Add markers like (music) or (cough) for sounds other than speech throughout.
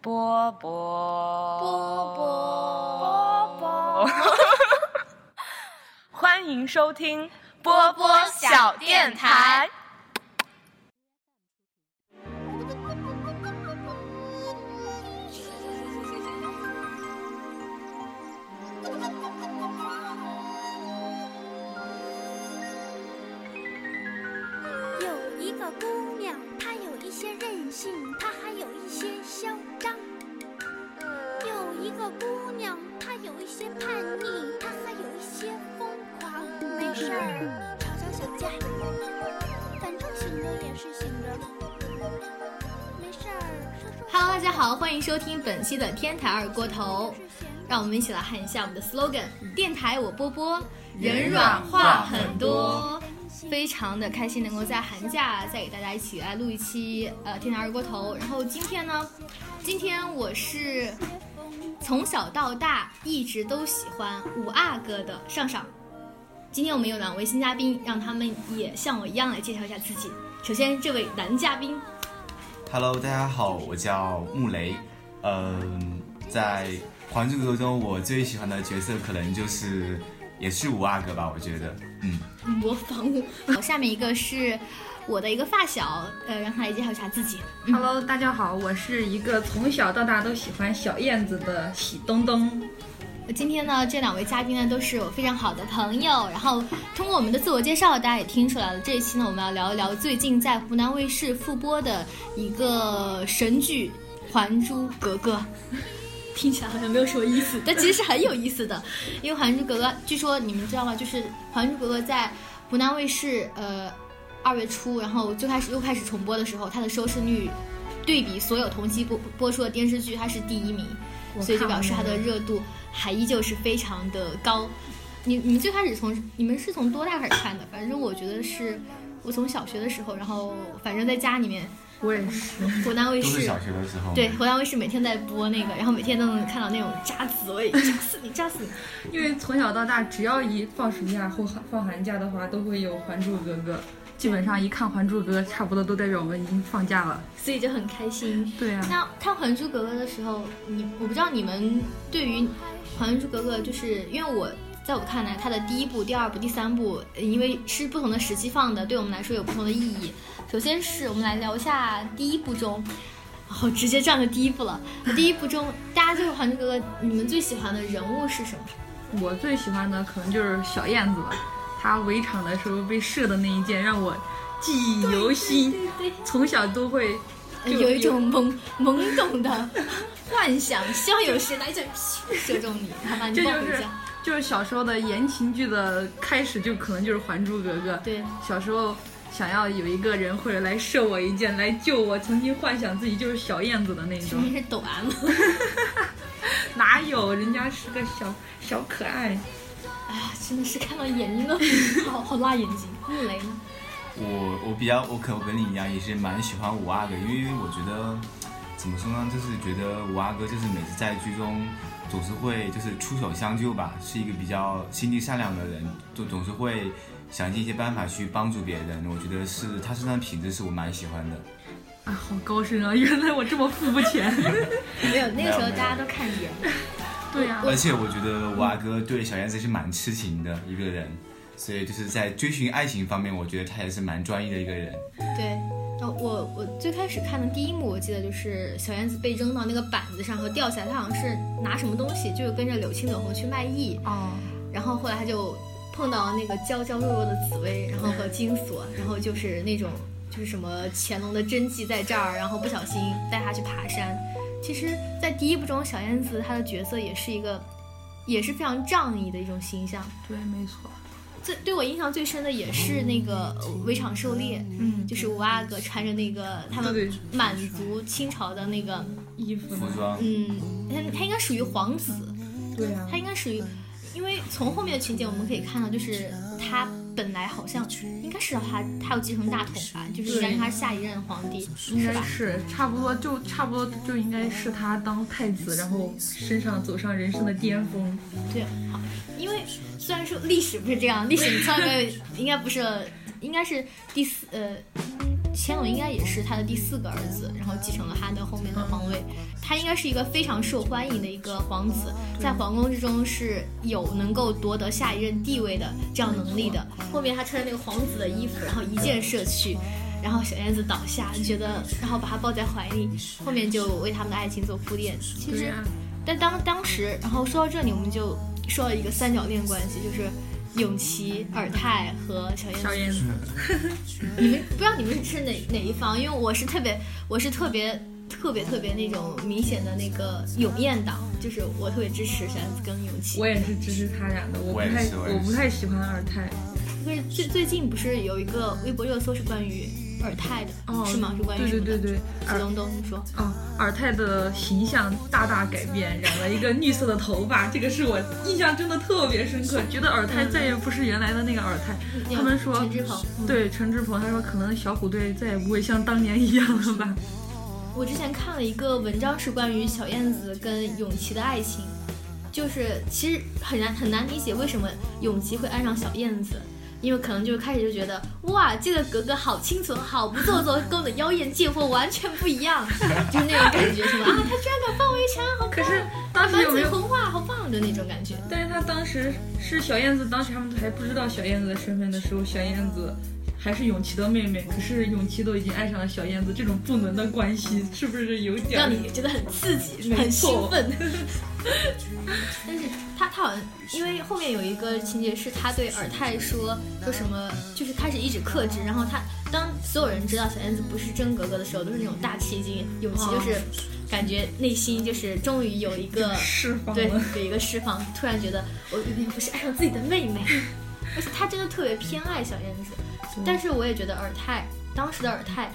波波波波 (laughs) 波，欢迎收听波波小电台。有一个姑娘，她有一些任性，她还有一些嚣张。有一个姑娘，她有一些叛逆，她还有一些疯狂。没事儿，吵吵小架，反正醒着也是醒着。没事儿，说说 Hello，大家好，欢迎收听本期的天台二锅头，是闲着。让我们一起来喊一下我们的 slogan：电台我波波，人软话很多。非常的开心能够在寒假再给大家一起来录一期呃天台二锅头。然后今天呢，今天我是从小到大一直都喜欢五阿哥的上上。今天我们有两位新嘉宾，让他们也像我一样来介绍一下自己。首先，这位男嘉宾 Hello，大家好，我叫穆雷。嗯、在《还珠格格》中，我最喜欢的角色可能就是也是五阿哥吧，我觉得。嗯，模仿我。下面一个是我的一个发小，呃，让他来介绍一下自己。 Hello，大家好，我是一个从小到大都喜欢小燕子的喜东东。今天呢，这两位嘉宾呢都是我非常好的朋友。然后通过我们的自我介绍，大家也听出来了，这一期呢我们要聊一聊最近在湖南卫视复播的一个神剧《还珠格格》。听起来好像没有什么意思，但其实是很有意思的。因为《还珠格格》，据说你们知道吗？就是《还珠格格》在湖南卫视呃二月初，然后最开始又开始重播的时候，它的收视率对比所有同期播播出的电视剧，它是第一名，所以就表示它的热度还依旧是非常的高。你你们最开始从你们是从多大开始看的？反正我觉得是我从小学的时候，然后反正在家里面，我也是，湖南卫都是视小学的时候。对，湖南卫视每天在播那个，然后每天都能看到那种扎紫薇，扎死你，扎死你。因为从小到大，只要一放暑假或放寒假的话，都会有《还珠格格》。基本上一看《还珠格格》，差不多都代表我们已经放假了。所以就很开心。对啊，那看《还珠格格》的时候，你我不知道你们对于《还珠格格》，就是因为我在我看来，它的第一部、第二部、第三部，呃因为是不同的时期放的，对我们来说有不同的意义。首先是我们来聊一下第一部中，哦，直接站着第一部了。第一部中，大家对《还珠格格》你们最喜欢的人物是什么？ (laughs) 我最喜欢的可能就是小燕子了。她围场的时候被射的那一箭，让我记忆犹新。对对从小都会呃就有一种懵懵懂的幻想，希望有谁来这咻射中你，然后把你这就抱回是家。就是小时候的言情剧的开始，就可能就是《还珠格格》。对，小时候想要有一个人或者来射我一箭，来救我，曾经幻想自己就是小燕子的那说明种，是抖 M。哪有人家是个小小可爱？哎呀，真的是看到眼睛都 (laughs) 好好辣眼睛。穆雷呢？我我比较我可跟你一样，也是蛮喜欢五阿哥，因为我觉得怎么说呢，就是觉得五阿哥就是每次在剧中总是会就是出手相救吧，是一个比较心地善良的人，就总是会想尽一些办法去帮助别人。我觉得是他身上的品质是我蛮喜欢的。啊，好高深啊！原来我这么肤 (laughs) 浅。没有，那个时候没有大家都看颜。对呀、而且我觉得五阿哥对小燕子是蛮痴情的一个人，所以就是在追寻爱情方面，我觉得他也是蛮专一的一个人。对，然后我我最开始看的第一幕，我记得就是小燕子被扔到那个板子上，然后掉下来，她好像是拿什么东西，就是跟着柳青柳红去卖艺，哦，然后后来她就碰到那个娇娇弱弱的紫薇，然后和金锁，然后就是那种就是什么乾隆的真迹在这儿，然后不小心带她去爬山。其实，在第一部中，小燕子她的角色也是一个，也是非常仗义的一种形象。对，没错。最对我印象最深的也是那个呃围场狩猎，嗯，就是五阿哥穿着那个他们对满族清朝的那个，衣服服装，嗯，他他应该属于皇子，对啊呀、他应该属嗯于，因为从后面的情节我们可以看到，就是他本来好像应该是他他要继承大统吧，就是应该是他下一任皇帝，应是该吧？是差不多，就差不多就应该是他当太子，然后身上走上人生的巅峰。对，好，因为虽然说历史不是这样，历史你从来没有，应该不是，应该是第四呃，乾隆应该也是他的第四个儿子，然后继承了他的后面的皇位。他应该是一个非常受欢迎的一个皇子，在皇宫之中是有能够夺得下一任地位的这样能力的。后面他穿着那个皇子的衣服，然后一箭射去。然后小燕子倒下，就觉得，然后把他抱在怀里，后面就为他们的爱情做铺垫。其对实啊呀、但当当时，然后说到这里，我们就说到一个三角恋关系，就是永琪、尔泰和小燕小子。燕子，你们不知道你们是哪哪一方？因为我是特别，我是特别特别特别那种明显的那个永燕党，就是我特别支持小燕子跟永琪我。也是支持他俩的，我我也不太是我也是不太喜欢二胎，因为最最近不是有一个微博热搜是关于尔泰的，哦，是吗？是关于对什对么对的？对，子尔东东，你说。哦，尔泰的形象大大改变，染了一个绿色的头发， (laughs) 这个是我印象真的特别深刻，觉得尔泰再也不是原来的那个尔泰。他们说陈志鹏，嗯，对陈志鹏，他说可能小虎队再也不会像当年一样了 (laughs) 吧？我之前看了一个文章，是关于小燕子跟永琪的爱情，就是其实很难很难理解为什么永琪会爱上小燕子，因为可能就开始就觉得哇，这个格格好清纯，好不做作，跟我的妖艳贱货完全不一样， (laughs) 就是那种感觉，什么啊，她居然敢放围裙，好可可是当时满有没嘴有？红话，好棒的那种感觉。但是他当时是小燕子，当时他们还不知道小燕子的身份的时候，小燕子。还是永琪的妹妹，可是永琪都已经爱上了小燕子，这种不伦的关系是不是有点儿让你觉得很刺激，没很兴错奋。 (laughs) 但是他他好像，因为后面有一个情节是他对尔泰说说什么，就是开始一直克制，然后他当所有人知道小燕子不是真格格的时候，都是那种大吃一惊，永琪就是感觉内心就是终于有一个释放对了？有一个释放，突然觉得我原来不是爱上自己的妹妹，而且他真的特别偏爱小燕子，但是我也觉得尔泰当时的尔泰。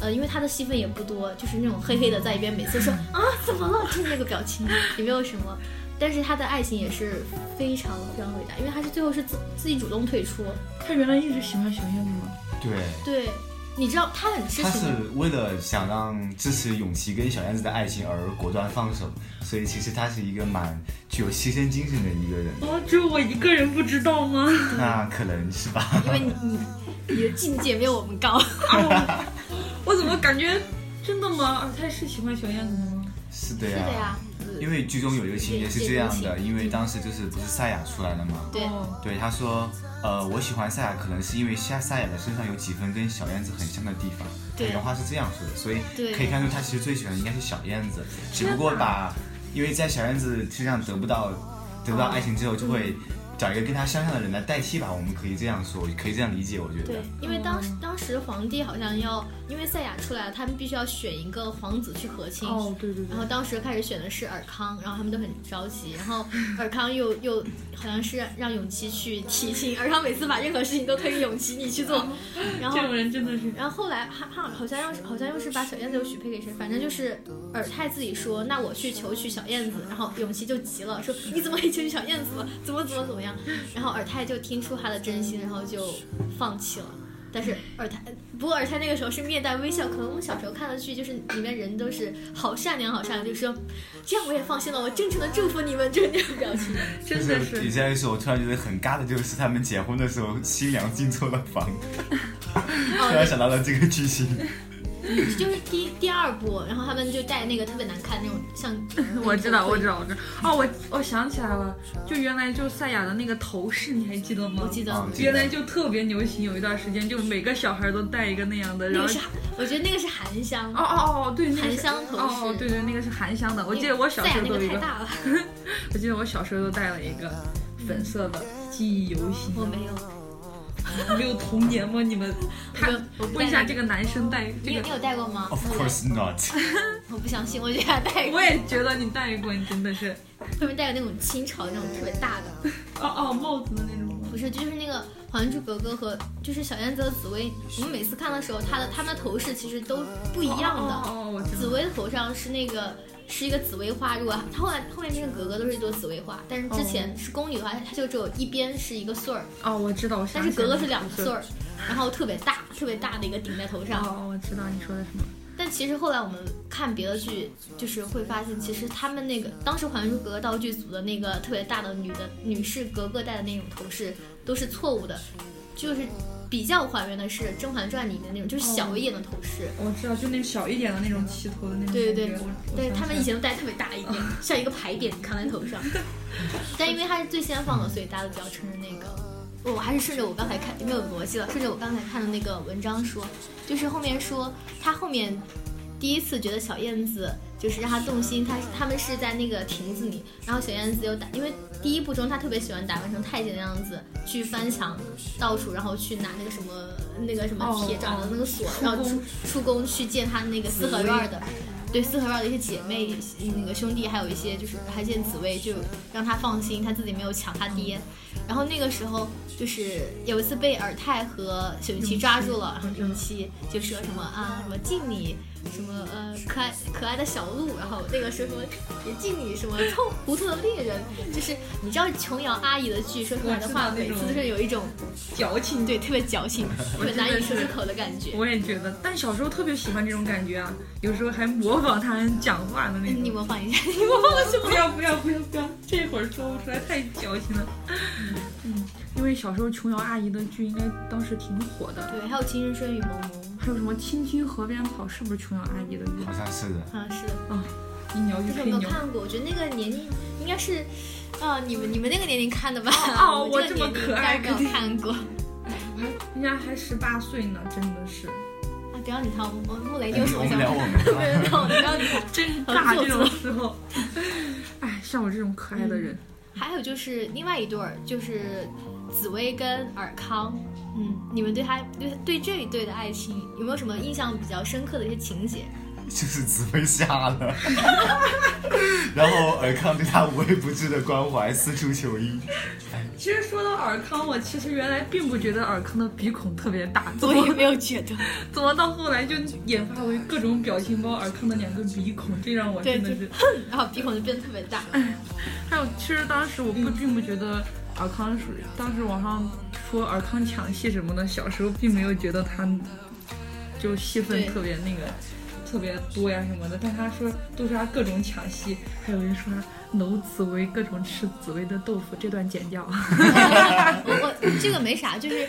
呃，因为他的戏份也不多，就是那种黑黑的在一边，每次说啊怎么了，就是那个表情，也没有什么。但是他的爱情也是非常非常伟大，因为他是最后是自自己主动退出。他原来一直喜欢小燕子吗？对。对，你知道他很痴他情是吗，为了想让支持永琪跟小燕子的爱情而果断放手，所以其实他是一个蛮具有牺牲精神的一个人，哦，只有我一个人不知道吗？嗯那可能是吧。因为你你你的境界没有我们高。 (laughs) 我怎么感觉真的吗？尔泰是喜欢小燕子的吗？是的是呀，的呀，啊因为剧中有一个情节是这样的，嗯因为当时就是不是赛亚出来了嘛，对哦对他说，呃，我喜欢赛亚可能是因为夏赛亚的身上有几分跟小燕子很像的地方，他对原话是这样说的，所以对可以看出他其实最喜欢的应该是小燕子，只不过把，因为在小燕子身上得不到得不到爱情之后，就会找一个跟她相像的人来代替吧，我们可以这样说，可以这样理解，我觉对得。，因为当时当时皇帝好像要，因为赛亚出来了，他们必须要选一个皇子去和亲。哦，对对对然后，当时开始选的是尔康，然后他们都很着急，然后尔康又又好像是让永琪去提亲，尔康每次把任何事情都推给永琪你去哦做，然后这种人真哦的是然后后来哈哈好像又是好像又是把小燕子又许配给谁，反正就是尔泰自己说，那我去求娶小燕子，然后永琪就急了，说你怎么可以求娶小燕子了？怎么怎么怎么样？然后尔泰就听出他的真心，然后就放弃了。但是尔泰，不过尔泰那个时候是面带微笑，可能我们小时候看的剧就是里面人都是好善良，好善良，就说这样我也放心了，我真诚的祝福你们，就是那种表情。真就的是你是这样一说，我突然觉得很尬的，就是他们结婚的时候新娘进错了房，突然哦，想到了这个剧情。就是第第二部，然后他们就戴那个特别难看那种像， (laughs) 我知道，我知道，我知道。哦，我我想起来了，就原来就赛亚的那个头饰，你还记得吗？我记得。啊原来就特别流行，有一段时间就每个小孩都戴一个那样的，那然个后是，我觉得那个是韩香，哦哦哦，对，那个是韩香头饰哦哦，对对，那个是韩香的。我我记得我小时候那都有个一太个，大了，我记得我小时候都戴了一个粉色的，记忆犹新。我没有。没有童年吗？你们？他我我不问一下戴这个男生戴你这有个你，有戴过吗？ Of course not。我不相信，我觉得他戴过我，也觉得你戴过，你真的是。特别戴过那种清朝那种特别大的，哦哦，帽子的那种吗？不是，就是那个《还珠格格》和就是小燕子和紫薇，我们每次看的时候，她的她们的头饰其实都不一样哦的。哦，我知紫道。薇的头上是那个是一个紫薇花，如果她后来后面变成格格都是一朵紫薇花，但是之前是宫女的话，它就只有一边是一个穗儿，哦，我知道，我想但是起来格格了是两个穗。儿，然后特别大，特别大的一个顶在头上。哦，我知道你说的什么。但其实后来我们看别的剧，就是会发现，其实他们那个当时《还珠格格》道具组的那个特别大的女的女士格格戴的那种头饰都是错误的，就是。比较还原的是《甄嬛传》里的那种，就是小一点的头饰。我知道，就那小一点的那种齐头的那种感对觉。对对我，我对想他们以起来啊前都戴特别大一点，像一个牌匾扛在 (laughs) 头上。但因为它是最先放的，所以大家都比较承认那个。哦我我还是顺着我刚才看没有逻辑了，顺着我刚才看的那个文章说，就是后面说他后面第一次觉得小燕子就是让他动心，他他们是在那个亭子里，然后小燕子又打，因为第一部中他特别喜欢打扮成太监的样子，去翻墙到处，然后去拿那个什么那个什么哦铁掌的那个锁，然后出出宫去见他那个四合院儿的。对四合院的一些姐妹、那个兄弟，还有一些就是还见紫薇，就让他放心，他自己没有抢他爹。然后那个时候就是有一次被尔泰和雪云琪抓住了，嗯然后永琪就说什么啊什么敬你什么呃可爱可爱的小鹿，然后那个说什么也敬你什么臭糊涂的猎人，就是你知道琼瑶阿姨的剧说出来的话，我知道那每种次都是有一种矫情。对特别矫情、特别难以说出口的感觉。我也觉得，但小时候特别喜欢这种感觉啊，有时候还模仿他人讲话的那种。嗯你模仿一下，你模仿我什么？ (laughs) 不要不要不要不要！这会儿说不出来，太矫情了。嗯，因为小时候琼瑶阿姨的剧应该当时挺火的，对，还有《情深深雨蒙蒙还有什么《青青河边草》，是不是琼瑶阿姨的剧好？像是的。》，好像是。一牛就但是我吹没有牛。看过，我觉得那个年龄应该是，啊，你们你们那个年龄看的吧？哦 (laughs) 哦我我这这个么年龄可应爱该没有看过。啊，人家还十八岁呢，真的是，不要你看，我我穆雷你有什哎我么们想聊法 (laughs) 我？不要你看，们不要你看。真好大做这作种时候。 (laughs) 哎，像我这种可爱的人，还有就是另外一对儿，就是紫薇跟尔康。嗯，你们对他对对这一对的爱情有没有什么印象比较深刻的一些情节？就是紫薇瞎了， (laughs) 然后尔康对他无微不至的关怀，四处求医。其实说到尔康，我其实原来并不觉得尔康的鼻孔特别大，怎我也么没有觉得，怎么到后来就演化为各种表情包尔康的两个鼻孔，这让我对真的对是。然后鼻孔就变得特别大。还有，其实当时我不并不觉得尔康属于，当时网上说尔康抢戏什么的，小时候并没有觉得他就戏份对特别那个特别多呀什么的。但他说都说他各种抢戏，还有人说他搂紫薇，各种吃紫薇的豆腐，这段剪掉。我我这个没啥，就是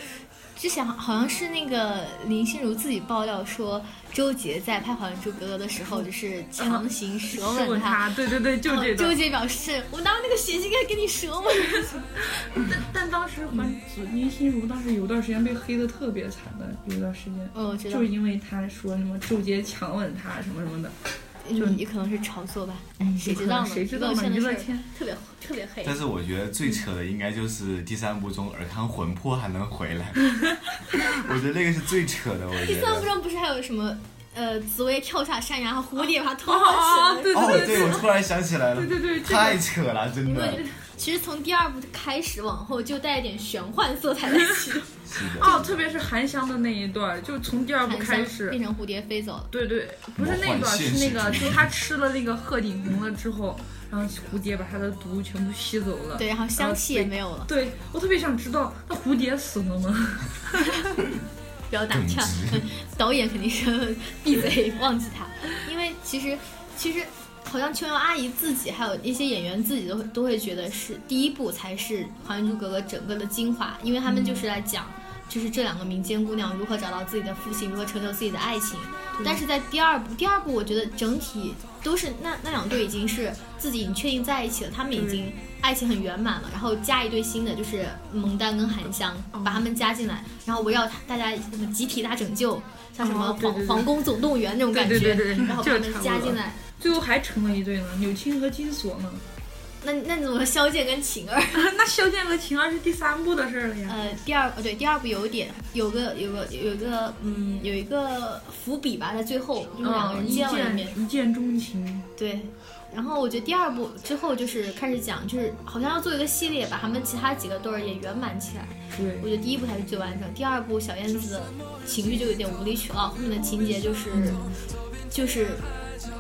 之前好像是那个林心如自己爆料说，周杰在拍《还珠格格》的时候，就是强行舌是吻问她。他， (laughs) 对对对，就然后这周段。杰表示，我拿那个血应该给你舌吻。但但当时还林心如当时有段时间被黑的特别惨的，有段时间。嗯，我知道就是因为他说什么周杰强吻他什么什么的，你就哎你可能是炒作吧，谁知道呢？谁知道娱乐嘛？圈娱的乐事圈儿特别特别黑。但是我觉得最扯的应该就是第三部中尔康魂魄还能回来， (laughs) 我觉得那个是最扯的。我第觉三部得。上不是还有什么？呃，紫薇跳下山崖，然后蝴蝶把她头啊发起来。对哦，对对，我突然想起来了，对对对这个太扯了，真因为的我觉，得其实从第二部开始往后就带一点玄幻色彩在其中。是的，哦，特别是韩香的那一段儿，就从第 (laughs) 二部开始变，成蝴蝶飞走了。对对，不是那魔段儿，幻现是实那个，主义就他吃了那个鹤顶红了之后，然后蝴蝶把他的毒全部吸走了。对，然后香气也没有了，对，我特别想知道那蝴蝶死了吗？ (laughs) 不要打岔耿直。导演肯定是闭嘴，忘记他，因为其实其实好像琼瑶阿姨自己还有一些演员自己都会都会觉得是第一部才是《还珠格格》整个的精华，因为他们就是来讲。就是这两个民间姑娘如何找到自己的父亲，如何成就自己的爱情。但是在第二部，第二部我觉得整体都是那那两对已经是自己已经确定在一起了，他们已经爱情很圆满了，然后加一对新的，就是蒙丹跟韩香，哦把他们加进来，然后围绕他大家什么集体大拯救，像什么哦皇、对对对皇宫总动员那种感觉，对对对对然后把他这们个加差不多进来。最后还成了一对呢，柳青和金锁呢。 (laughs) 那那你怎么萧剑跟晴儿？那萧剑和晴儿是第三部的事儿了呀。呃，第二呃对第二部有一点有个有个有一个嗯有一个伏笔吧，在最后就是呃两个嗯，人一见了一面，见一见钟情。对，然后我觉得第二部之后就是开始讲，就是好像要做一个系列，把他们其他几个对儿也圆满起来。对我，觉得第一部才是最完整，第二部小燕子的情绪就有点无理取闹，后面的情节就是就是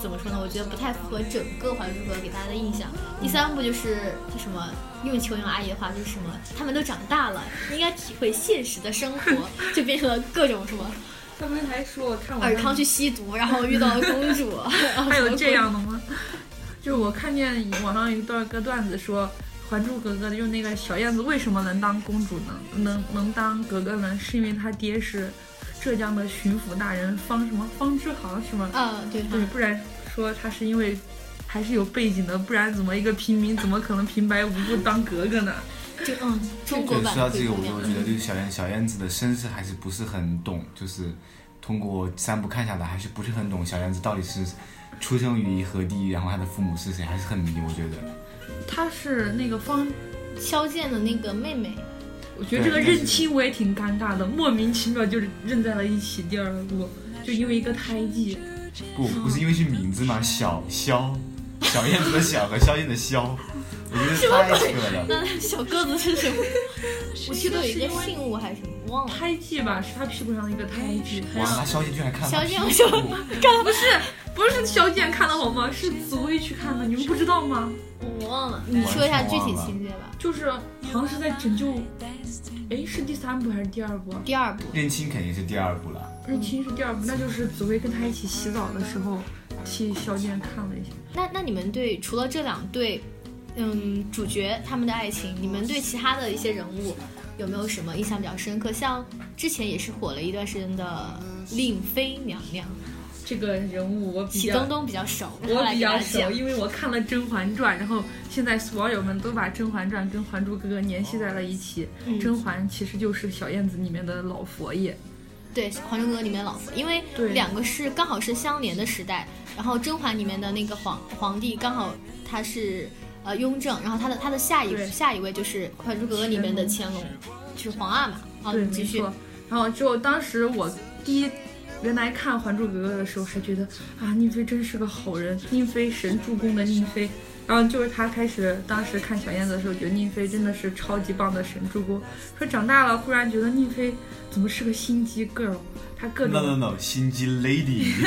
怎么说呢？我觉得不太符合整个《还珠格格》给大家的印象。第三部就是就什么。用琼瑶阿姨的话就是什么，他们都长大了，应该体会现实的生活，就变成了各种什么他们还说我看我尔康去吸毒，然后遇到了公主， (laughs) 然后 (laughs) 还什有么这样的吗？就是我看见网上有一段个段子说，《 《还珠格格》的，就那个小燕子为什么能当公主呢？能能当格格呢？是因为她爹是浙江的巡抚大人方什么方之航是吗？嗯，对对，哈，不然说她是因为还是有背景的，不然怎么一个平民怎么可能平白无故当格格呢？就嗯，中国对，版的说到灰这个，姑我娘就。觉得就是小燕小燕子的身世还是不是很懂，就是通过三部看下来，还是不是很懂小燕子到底是出生于何地，然后她的父母是谁，还是很迷。我觉得，她是那个方，萧剑的那个妹妹，我觉得这个对但是认亲我也挺尴尬的，莫名其妙就是认在了一起。第二部就因为一个胎记，不不是因为是名字吗？小萧，小燕子的小和萧燕的萧，我觉得 (laughs) 太扯了。那 (laughs) 小鸽子是什么？ (laughs) 我记得有一是个因为信物还是什么，忘了。胎记哦吧，是她屁股上的一个胎记。哎哇，萧剑居然看萧剑，我说说，不是不是萧剑看到我吗？是紫薇去看的，你们不知道吗？我忘了，你说一下具体情节吧。就是好像是在拯救，哎，是第三部还是第二部啊？第二部，认亲肯定是第二部了。认清是第二部，那就是紫薇跟他一起洗澡的时候替萧剑看了一下。那那你们对除了这两对，嗯，主角他们的爱情，你们对其他的一些人物有没有什么印象比较深刻？像之前也是火了一段时间的令妃娘娘，这个人物我比许较东嗯东比较熟，然后我来比给大较家熟，讲。因为我看了《甄嬛传》，然后现在网友们都把《甄嬛传》跟《还珠格格》联系在了一起。嗯甄嬛其实就是小燕子里面的老佛爷，对，《还珠格格》里面的老佛，因为对两个是刚好是相连的时代，然后《甄嬛》里面的那个皇皇帝刚好他是呃雍正，然后他的他的下一对下一位就是《还珠格格》里面的乾隆，就是皇阿玛。好，对，你没哦继续错。。然后就当时我第一原来看《还珠格格》的时候，还觉得啊，宁妃真是个好人，宁妃神助攻的宁妃。然后就是她开始，当时看小燕子的时候，觉得宁妃真的是超级棒的神助攻。说长大了，忽然觉得宁妃怎么是个心机 girl，她各 No 种 no no，心机 lady， (laughs)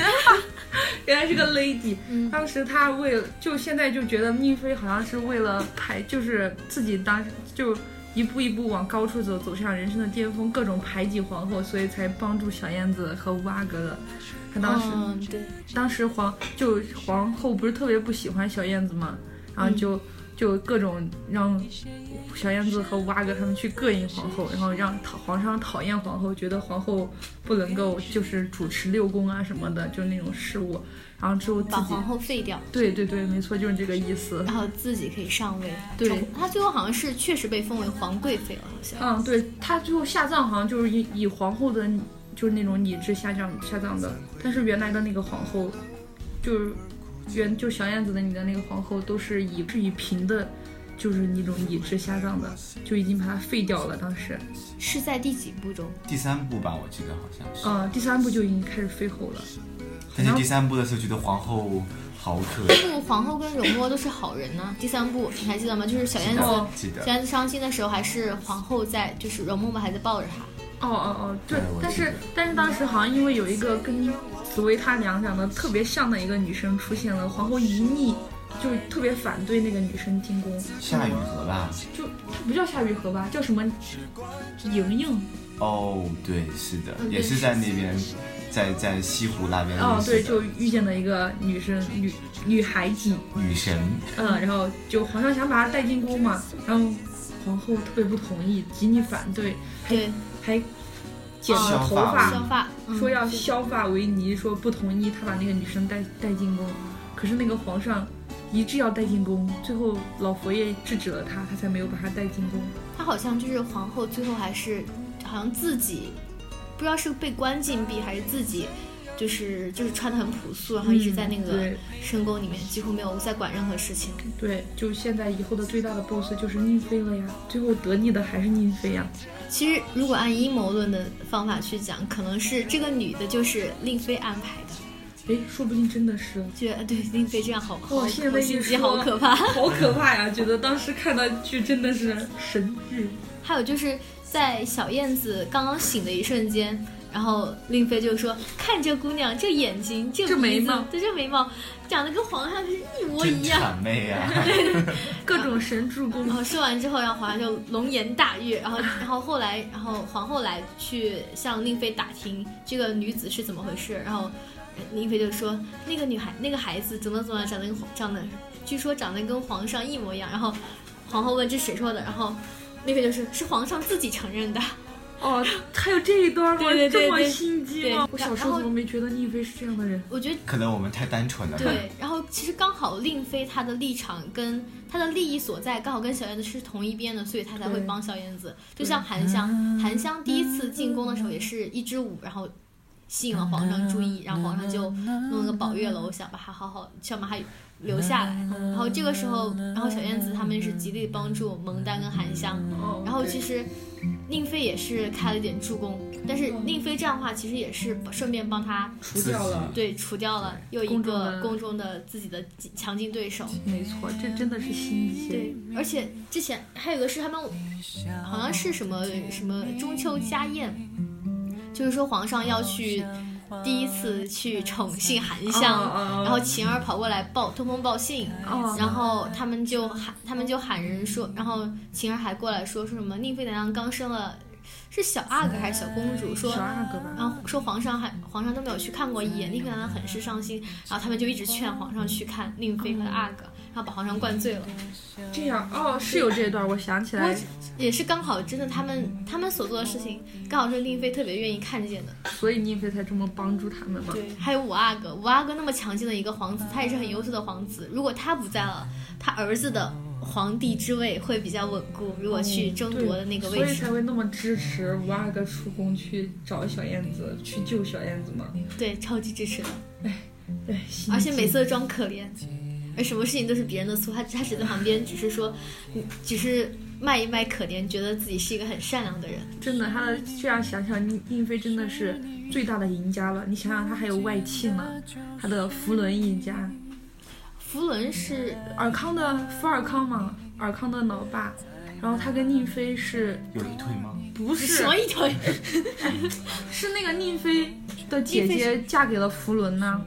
原来是个 lady。嗯当时她为了，就现在就觉得宁妃好像是为了排，就是自己当就一步一步往高处走，走向人生的巅峰，各种排挤皇后，所以才帮助小燕子和乌阿哥的。她当时、嗯，对，当时皇就皇后不是特别不喜欢小燕子嘛，然后嗯就、就各种让小燕子和五阿哥他们去膈应皇后，然后让讨皇上讨厌皇后，觉得皇后不能够就是主持六宫啊什么的，就那种事务。然后之后自把己皇后废掉，对对对，没错，就是这个意思。然后自己可以上位。对重，她最后好像是确实被封为皇贵妃了，好像。嗯，对，她最后下葬好像就是以以皇后的就是那种礼制下葬下葬的，但是原来的那个皇后就是原就小燕子的你的那个皇后都是以是以嫔的。就是那种礼制下葬的，就已经把它废掉了。当时，是在第几部中？第三部吧，我记得好像是。嗯，第三部就已经开始废后了。但是第三部的时候觉得皇后好可第一部皇后跟容嬷都是好人呢、第三部你还记得吗？就是小燕子哦记得小燕子伤心的时候，还是皇后在，就是容嬷嬷还在抱着她。哦哦哦，对对哎我，但记是得但是当时好像因为有一个跟紫薇她俩长得特别像的一个女生出现了，皇后一逆就特别反对那个女生进宫，夏雨荷吧？就它不叫夏雨荷吧，叫什么莹莹？哦，对，是的，嗯对也是在那边，在在西湖那边哦认，识对，的就遇见了一个女生，女女孩子，女神，嗯，然后就皇上想把她带进宫嘛，然后皇后特别不同意，极力反对，对，还剪削了头发发，削发，嗯说要削发为尼，说不同意他把那个女生带带进宫，可是那个皇上一致要带进宫，最后老佛爷制止了他，他才没有把她带进宫。她好像就是皇后，最后还是好像自己不知道是被关禁闭还是自己。就是就是穿的很朴素，然后一直在那个嗯对深宫里面，几乎没有再管任何事情。对，就现在以后的最大的 boss 就是宁妃了呀，最后得利的还是宁妃呀。其实如果按阴谋论的方法去讲，可能是这个女的就是令妃安排的，哎，说不定真的是，觉得对令妃这样好好哇现在好一心机，说好可怕。好可怕呀！觉得当时看的剧真的是神剧。还有就是在小燕子刚刚醒的一瞬间，然后令妃就说：“看这姑娘，这眼睛，这这眉鼻子毛，对，这眉毛长得跟皇上是一模真一样。”谄媚 (laughs) 啊！各种神助然攻，后说完之后，然后皇上就龙颜大悦，然后 (laughs) 然后后来，然后皇后来去向令妃打听这个女子是怎么回事，然后呃令妃就说那个女孩那个孩子怎么怎么长得跟皇长得，据说长得跟皇上一模一样，然后皇后问这谁说的，然后那个就是是皇上自己承认的。 (laughs) 哦，还有这一段吗？对对对这么对心机吗对？我小时然后候怎么没觉得宁妃是这样的人？我觉得可能我们太单纯了吧。对，然后其实刚好令妃她的立场跟她的利益所在刚好跟小燕子是同一边的，所以她才会对帮小燕子。就像韩香，韩香第一次进宫的时候也是一支舞，然后吸引了皇上注意，然后皇上就弄了个宝月楼，想把她好好想把她留下来。然后这个时候，然后小燕子他们是极力帮助蒙丹跟韩香，哦，然后对其实令妃也是开了点助攻，但是令妃这样的话其实也是顺便帮她除掉了，对，除掉了又一公众个的宫中的自己的强劲对手。没错，这真的是心机。对，而且之前还有一个是他们好像是什么什么中秋家宴，就是说皇上要去第一次去宠幸韩哦哦相，哦然后晴儿跑过来报通风报信，哦然后他们就喊他们就喊人说，然后晴儿还过来说说什么宁妃娘娘刚生了是小阿哥还是小公主说十二个吧。然后说皇上还皇上都没有去看过一眼，令妃娘娘很是伤心，然后他们就一直劝皇上去看令妃和阿哥，然后把皇上灌醉了。这样哦，是有这一段，我想起我来，也是刚好，真的他们他们所做的事情，刚好是令妃特别愿意看见的。所以宁妃才这么帮助他们嘛。对，还有五阿哥，五阿哥那么强劲的一个皇子，他也是很优秀的皇子，如果他不在了，他儿子的皇帝之位会比较稳固，如果去争夺的那个位嗯所以置。才会那么支持五阿哥出宫去找小燕子，去救小燕子嘛。对，超级支持的，对，心而且机每次都装可怜。而什么事情都是别人的错，他他只在旁边，只是说，嗯只是卖一卖可怜，觉得自己是一个很善良的人。真的，他这样想想，宁宁妃真的是最大的赢家了。你想想，她还有外戚呢，她的福伦一家，福伦是尔康的福尔康嘛，尔康的老爸，然后他跟宁妃是有一腿吗？不是什么一腿？是那个宁妃的姐宁嗯妃姐嫁给了福伦呐、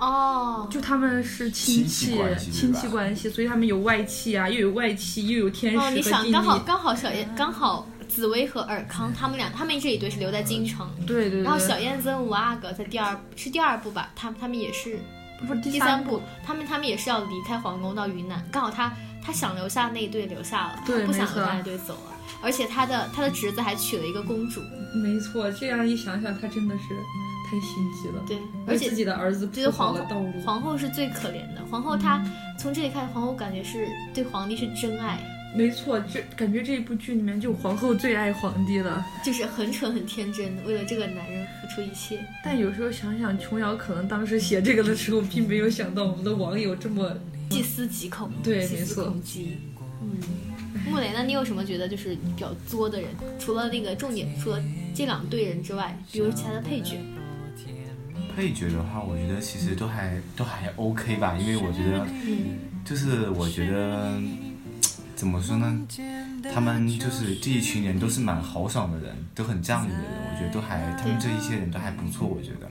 哦，就他们是亲亲戚关系亲对戚吧关系，所以他们有外戚啊，又有外戚，又有天哦，你使和想帝刚好女。刚好小燕刚好紫薇和尔康他们俩他们这一对是留在京城，对对对，然后小燕子跟五阿哥在第二是第二部吧，他他们也是不是第第三三部，他们他们也是要离开皇宫到云南，刚好他他想留下那一对留下了，对他不想没错留下那一对走了，而且他的他的侄子还娶了一个公主，没错，这样一想想，他真的是太心机了，对，而且为自己的儿子觉得铺好皇了道后路。皇后是最可怜的，皇后她从这里看，皇后感觉是对皇帝是真爱，没错，这感觉这一部剧里面就皇后最爱皇帝了。就是很蠢很天真，为了这个男人付出一切。但有时候想想，琼瑶可能当时写这个的时候，并没有想到我们的网友这么细思极恐，对细没思错恐极。嗯，木雷呢？你有什么觉得就是比较作的人？除了那个重点，除了这两队人之外，比如其他的配角，配角的话，我觉得其实都还都还 OK 吧，因为我觉得嗯，就是我觉得怎么说呢，他们就是这一群人都是蛮豪爽的人，都很仗义的人，我觉得都还他们这一些人都还不错，我觉得。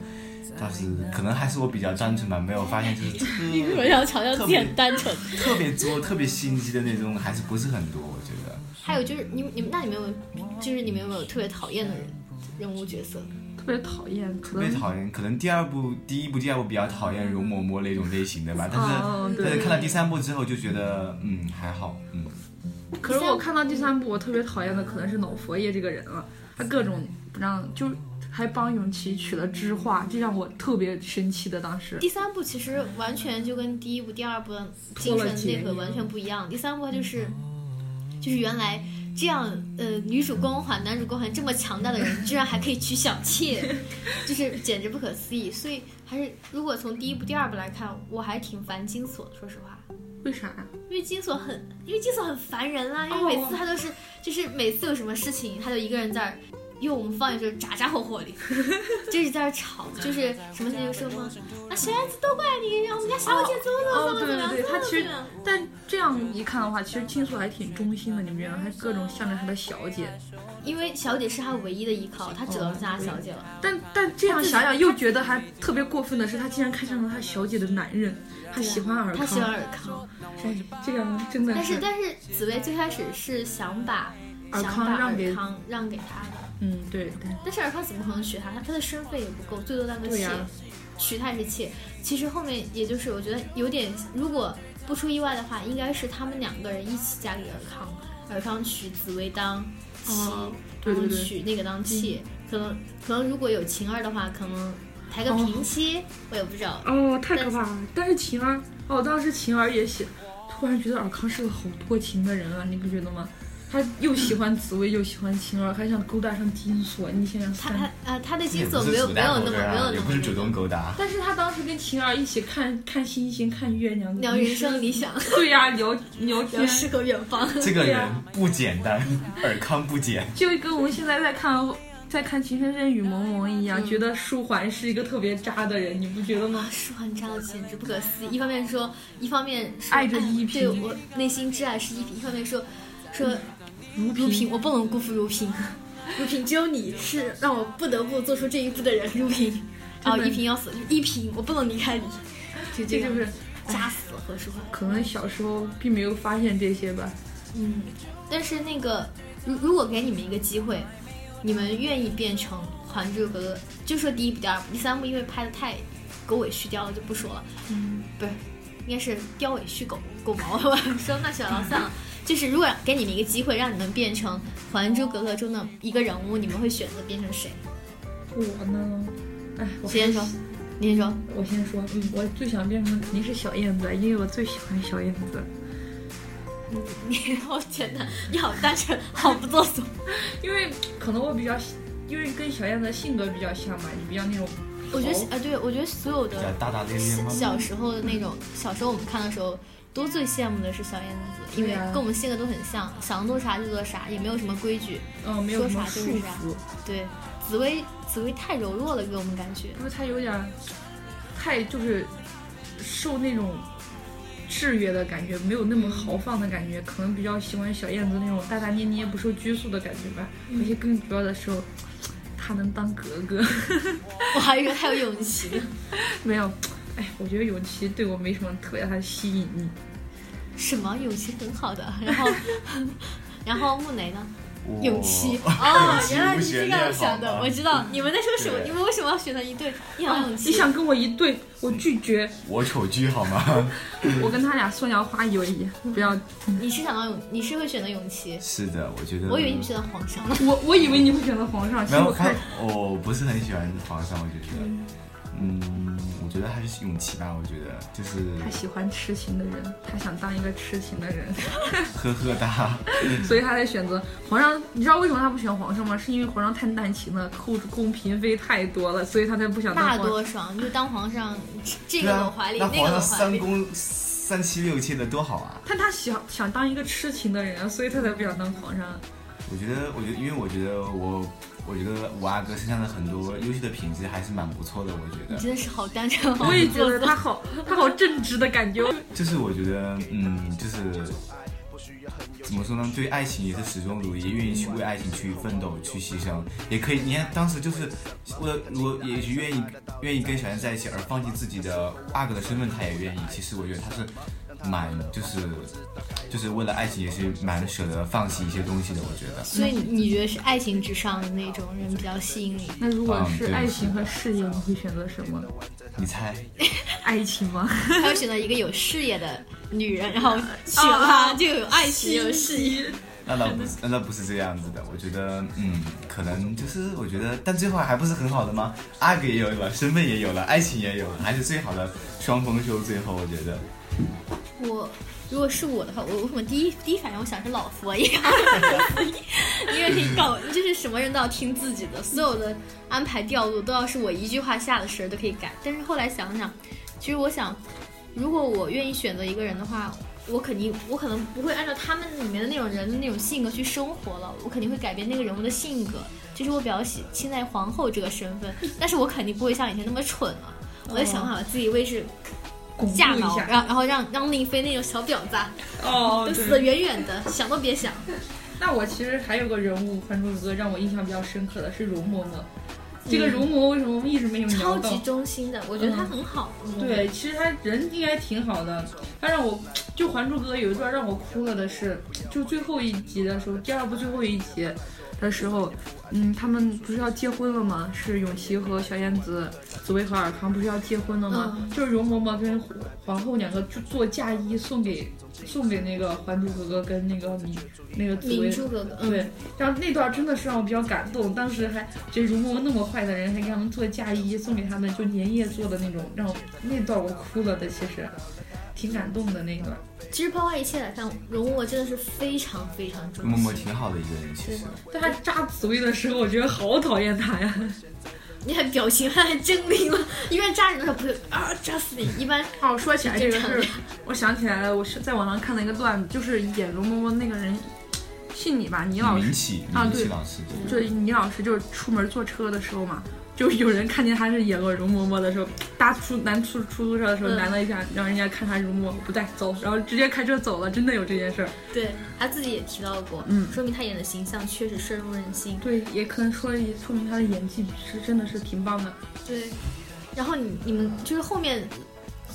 但是可能还是我比较单纯吧，没有发现就是 (laughs) 特我要强调自己很单纯。特别作、特别心机的那种，还是不是很多，我觉得。还有就是你们你们那你们有没有就是你们有没有特别讨厌的人人物角色？特别讨厌，可嗯特别能讨厌，可能第二部、第一部、第二部比较讨厌容嬷嬷那种类型的吧，但是、哦但是对看到第三部之后就觉得，嗯，还好，嗯，可是我看到第三部，我特别讨厌的可能是老佛爷这个人了，他各种不让，就还帮永琪娶了知画，这让我特别生气的。当时第三部其实完全就跟第一部、第二部的脱精了神节内核一样完全不一样。第三部它就是，就是原来这样，呃，女主光环、男主光环这么强大的人，居然还可以娶小妾，就是简直不可思议。所以还是，如果从第一部、第二部来看，我还挺烦金锁的，说实话。为啥啊呀？因为金锁很，因为金锁很烦人啦、因为每次他都是，就是每次有什么事情，他就一个人在那儿，用我们方言就是咋咋火火的，就是在那儿吵，就是什么事情就说嘛，啊小燕子都怪你，我们家小姐怎么怎么哦，怎对么怎么样，对对，怎他么其怎实么样，但这样一看的话，其实金锁还挺忠心的，你别让他各种向着他的小姐，因为小姐是他唯一的依靠，他只能嫁小姐了。但但这样想想又觉得还特别过分的是，他竟然看上了他小姐的男人，他喜欢尔康，啊他喜欢尔康，哎，这个人真的但是是，但是紫薇最开始是想把尔想康把让给尔康让给他的，嗯，对对但是尔康怎么可能娶她？她她的身份也不够，最多当个对妾呀，娶她也是妾。其实后面也就是我觉得有点，如果不出意外的话，应该是他们两个人一起嫁给尔康，尔康娶紫薇当妻，哦然对后对嗯对娶那个当妾。可能可能如果有晴儿的话，可能抬个平妻，我也不知道。哦，太可怕了！但是晴儿，哦，当时晴儿也写，突然觉得尔康是个好多情的人啊，你不觉得吗？他又喜欢紫薇，又喜欢晴儿，还想勾搭上金锁。你想想他三他呃他的也金不锁是没有主没动有那勾么搭啊没有那也么不是主动勾 (laughs) 搭。但是他当时跟晴儿一起看 (laughs) 看星星、看月亮，聊人生理想， (laughs) 对呀、聊聊聊天，诗和远方。这个对人啊不简单， (laughs) 尔康不简。就跟我们现在在看在看《情深深雨蒙蒙》一嗯样，觉得舒缓是一个特别渣的人，你不觉得吗？舒缓这样简直不可思议。一方面说，一方面说爱着依对萍我内心挚爱是依萍；一方面说，说如如萍萍，我不能辜负如萍， (laughs) 如萍只有你是让我不得不做出这一步的人，如萍。真哦，的依萍要死，依萍，我不能离开你，就这样就是杀死何书桓。可能小时候并没有发现这些吧。嗯，但是那个，如如果给你们一个机会，你们愿意变成《还珠格格》？就说第一部、第二部、第三部，因为拍的太狗尾续貂了，就不说了。嗯，不是，应该是貂尾续狗狗毛了吧？说那小郎算了。就是如果给你们一个机会，让你们变成《还珠格格》中的一个人物，你们会选择变成谁？我呢，哎，我谁先说？你先说。我先说，嗯，我最想变成的肯定是小燕子，因为我最喜欢小燕子。嗯，你好简单，你好单纯，好不做作。因为可能我比较喜，因为跟小燕子性格比较像吧，你比较那种我觉得好啊，对，我觉得所有比较的大大咧咧吗？小时候的那种，小时候我们看的时候，都最羡慕的是小燕子，因为对啊跟我们性格都很像，想做啥就做啥，也没有什么规矩。嗯、没有什么说束啥就是啥缚，对，紫薇，紫薇太柔弱了，给我们感觉。因为她有点儿太就是受那种制约的感觉，没有那么豪放的感觉，可能比较喜欢小燕子那种大大咧咧、不受拘束的感觉吧。而且更主要的时候，她能当格格， (laughs) 我还以为她有勇气呢。没有。哎，我觉得永琪对我没什么特别大的吸引力。什么勇气很好的， (laughs) 然后然后木雷呢？我勇 (laughs) 气哦，气原来你无是这悬样念想好的，吗我知道你们在说什么，对你们为什么要选择一对？一啊两勇你气，想跟我一对，我拒绝。我丑居好吗？ (laughs) 我跟他俩宋瑶花友谊，不要。你是想到勇，你是会选择勇气，是的，我觉得我以为你选择皇上呢。我我以为你会选择皇上，其没实有我他看，我不是很喜欢皇上，我觉得，嗯，我觉得还是永琪吧，我觉得就是他喜欢痴情的人，他想当一个痴情的人，呵呵哒，所以他才选择皇上。你知道为什么他不选皇上吗？是因为皇上太滥情了，后宫嫔妃太多了，所以他才不想当那皇上。多爽！你就当皇上，这对个我啊怀，里，那那皇个我上怀三里。宫三妻六妾的多好啊！但他想想当一个痴情的人，所以他才不想当皇上。嗯我觉得，我觉得，因为我觉得我，我觉得五阿哥身上的很多优秀的品质还是蛮不错的，我觉得你。真的是好单纯，好我也不觉做得作他好，他好正直的感觉。就是我觉得，嗯，就是怎么说呢？对爱情也是始终如一，愿意去为爱情去奋斗、去牺牲，也可以。你看当时就是为了我，也许愿意愿意跟小燕在一起，而放弃自己的阿哥的身份，他也愿意。其实我觉得他是蛮就是就是为了爱情也是蛮舍得放弃一些东西的。我觉 (laughs) 得所以你觉得是爱情至上的那种人比较吸 (laughs) 引你？ (laughs) 那如果嗯是对爱情和事业，你会选择什么？你猜爱情吗？ (laughs) 他要选择一个有事业的女人，然后娶啊了她就有爱情有事业。那倒不是，那倒不是这样子的。我觉得，嗯，可能就是我觉得，但最后还不是很好的吗？阿哥也有了，身份也有了，爱情也有了，还是最好的双丰收。最后我觉得，我如果是我的话，我我可能第一第一反应我想是老佛爷，因为可以搞，就是什么人都要听自己的，所有的安排调度都要是我一句话下的事儿都可以改。但是后来想想，其实我想，如果我愿意选择一个人的话。我肯定，我可能不会按照他们里面的那种人的那种性格去生活了，我肯定会改变那个人物的性格。就是我比较喜青睐皇后这个身份，但是我肯定不会像以前那么蠢了。我在想办法把自己位置巩固下一毛， (laughs) 下。然后然后让让令妃那种小婊子啊哦都对死得远远的，想都别 (laughs) 想。那我其实还有个人物《还珠格格》让我印象比较深刻的是容嬷嬷。这个容嬷嬷为什么一直没有聊嗯超到级？忠心的，我觉得她很好。嗯嗯对，其实她人应该挺好的。她让我就《还珠格格》有一段让我哭了的是，就最后一集的时候，第二部最后一集，的时候，嗯，他们不是要结婚了吗？是永琪和小燕子、紫薇和尔康不是要结婚了吗？嗯就是容嬷嬷跟皇后两个就做嫁衣送给送给那个《还珠格格》跟那个明那个紫薇明珠格格，嗯对，然后那段真的是让我比较感动，当时还这容嬷嬷那么坏的人，还给他们做嫁衣送给他们，就粘液做的那种，让我那段我哭了的，其实挺感动的那段。其实抛开一切来看，容嬷嬷真的是非常非常嗯忠默默心。挺好的一个人，其实。但他扎紫薇的时候，我觉得好讨厌他呀。你看表情，他还狰狞 (laughs) 了。一般扎人的时候不会啊扎死你，一般哦，说起来这个正常事的，我想起来了，我是在网上看了一个段子，就是演容嬷嬷那个人，姓你吧，倪老师明，启，啊明对启老师，对就是倪老师，就是出门坐车的时候嘛，就有人看见他是演过容嬷嬷的时候，搭出男出出租车的时候嗯拦了一下，让人家看他容嬷嬷不带走，然后直接开车走了，真的有这件事儿。对他自己也提到过，嗯说明他演的形象确实深入人心。对，也可能说一说明他的演技是真的是挺棒的。对，然后你你们就是后面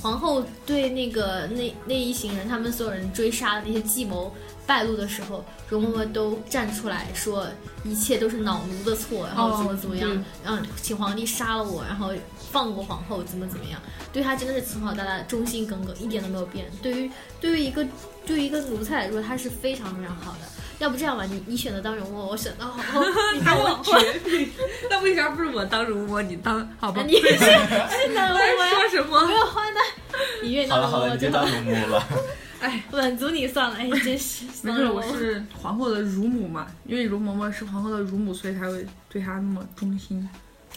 皇后对那个那那一行人他们所有人追杀的那些计谋败露的时候，容嬷嬷都站出来说一切都是恼奴的错，然后怎哦么怎么样，对然后请皇帝杀了我，然后放过皇后，怎么怎么样，对她真的是从小到大忠心耿耿，一点都没有变。对于对于一个对于一个奴才来说，她是非常非常好的。要不这样吧，你你选择当容嬷，我选当皇后， (laughs) 你当皇后，那为啥不是我当容嬷，哎你当好吧？你是当容嬷呀。说什不么？要花的，你愿意好当了好嬷了，嬷你别就当容嬷了。哎，满足你算了。 (laughs) 哎，真是 (laughs) 没事，我是皇后的乳母嘛，因为容嬷嬷是皇后的乳母，所以才会对她那么忠心。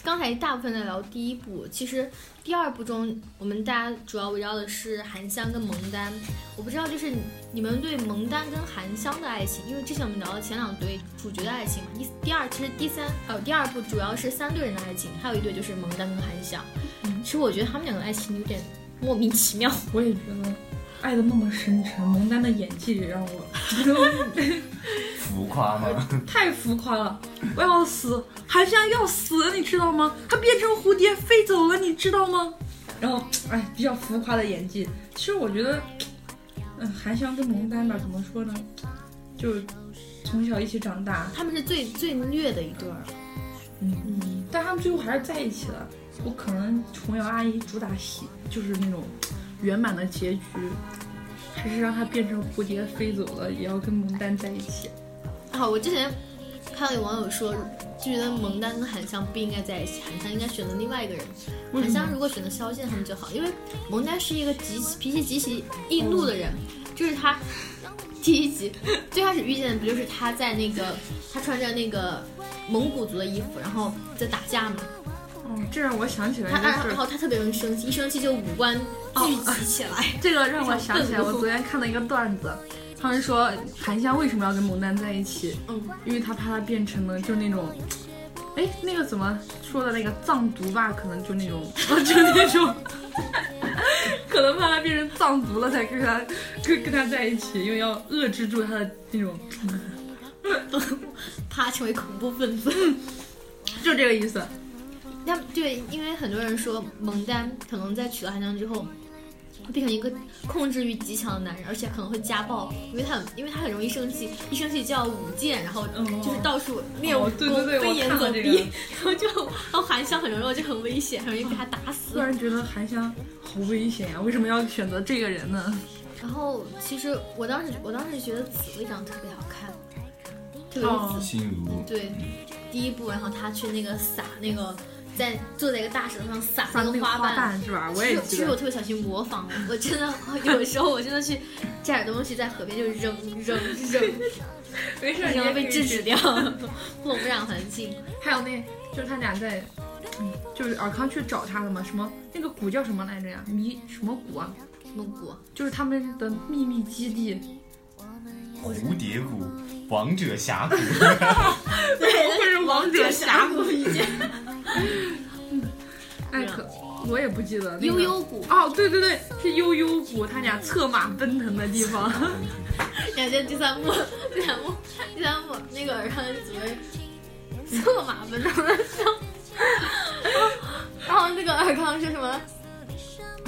刚才大部分在聊第一部，其实第二部中我们大家主要围绕的是韩香跟蒙丹。我不知道就是你们对蒙丹跟韩香的爱情，因为之前我们聊了前两对主角的爱情嘛，嗯第第二其实第三呃第二部主要是三对人的爱情，还有一对就是蒙丹跟韩香。嗯其实我觉得他们两个爱情有点莫名其妙。我也觉得爱的那么深沉，蒙丹的演技也让我觉得浮夸吗？ (laughs) 太浮夸了，我要死，韩香要死了，你知道吗？她变成蝴蝶飞走了，你知道吗？然后，哎，比较浮夸的演技。其实我觉得，嗯，韩香跟蒙丹吧，怎么说呢？就从小一起长大，他们是最最虐的一对儿，嗯嗯，但他们最后还是在一起了。我可能琼瑶阿姨主打喜，就是那种圆满的结局，还是让她变成蝴蝶飞走了，也要跟蒙丹在一起。啊，我之前看到有网友说，就觉得蒙丹跟韩香不应该在一起，韩香应该选择另外一个人。为韩什么香如果选择萧剑他们就好，因为蒙丹是一个极其脾气极其易怒的人，就是他。第一集最开始遇见的不就是他在那个他穿着那个蒙古族的衣服，然后在打架嘛。嗯，这让我想起来他一然个事后儿，他特别容易生气，一生气就五官聚集起来。这个让我想起来，非常愤怒我昨天看了一个段子，他们说韩香为什么要跟蒙丹在一起？嗯，因为他怕他变成了就那种，哎，那个怎么说的那个藏族吧，可能就那种， (laughs) 就那种， (laughs) 可能怕他变成藏族了才跟他跟跟他在一起，因为要遏制住他的那种，怕成为恐怖分子。就这个意思。那对，因为很多人说蒙丹可能在娶了韩江之后，会变成一个控制欲极强的男人，而且可能会家暴，因为他很因为他很容易生气，一生气就要舞剑，然后嗯就是到处练武哦对功，对对飞我檐看走了壁，这个然后就然后韩香很柔弱就很危险，很容易被他打死突。然觉得韩香好危险呀、为什么要选择这个人呢？然后其实我当时我当时觉得紫薇长得特别好看，特别是紫哦心如，对，第一部，然后他去那个撒那个，在坐在一个大石头上撒那个个花花瓣是吧？啊我其也实其记实我得。特别想去模仿，我真的有时候我真的去摘点东西在河边就扔扔 (laughs) 扔，没事然后被制止掉，不污染环境。还有那，就是他俩在，嗯就是尔康去找他了嘛？什么那个谷叫什么来着呀？迷什么谷啊？蒙 (laughs) 古就是他们的秘密基地。蝴蝶谷，王者峡谷，对，会是王者峡谷一 (laughs) 件。哎，可我也不记得。那个啊悠。悠谷，哦，对对对，是悠悠谷，他俩策马奔腾的地 (laughs) 方。感觉第 (laughs) 三部，第三部，第三部那个让人紫薇 (laughs) 策马奔腾的笑。 (laughs) 然后那个尔康说什么？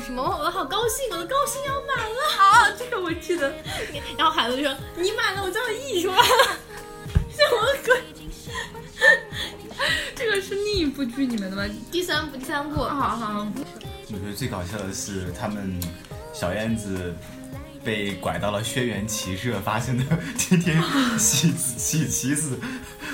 什么？我好高兴，我的高兴要满了。啊，这个我记 (laughs) 得。然后孩子就说：“你满了，我叫你溢出来了，什么鬼？”这个是另一部剧里面的吧？第三部，第三部，啊好好，我觉得最搞笑的是他们小燕子被拐到了轩辕骑射发生的天天喜喜 (laughs) 骑死，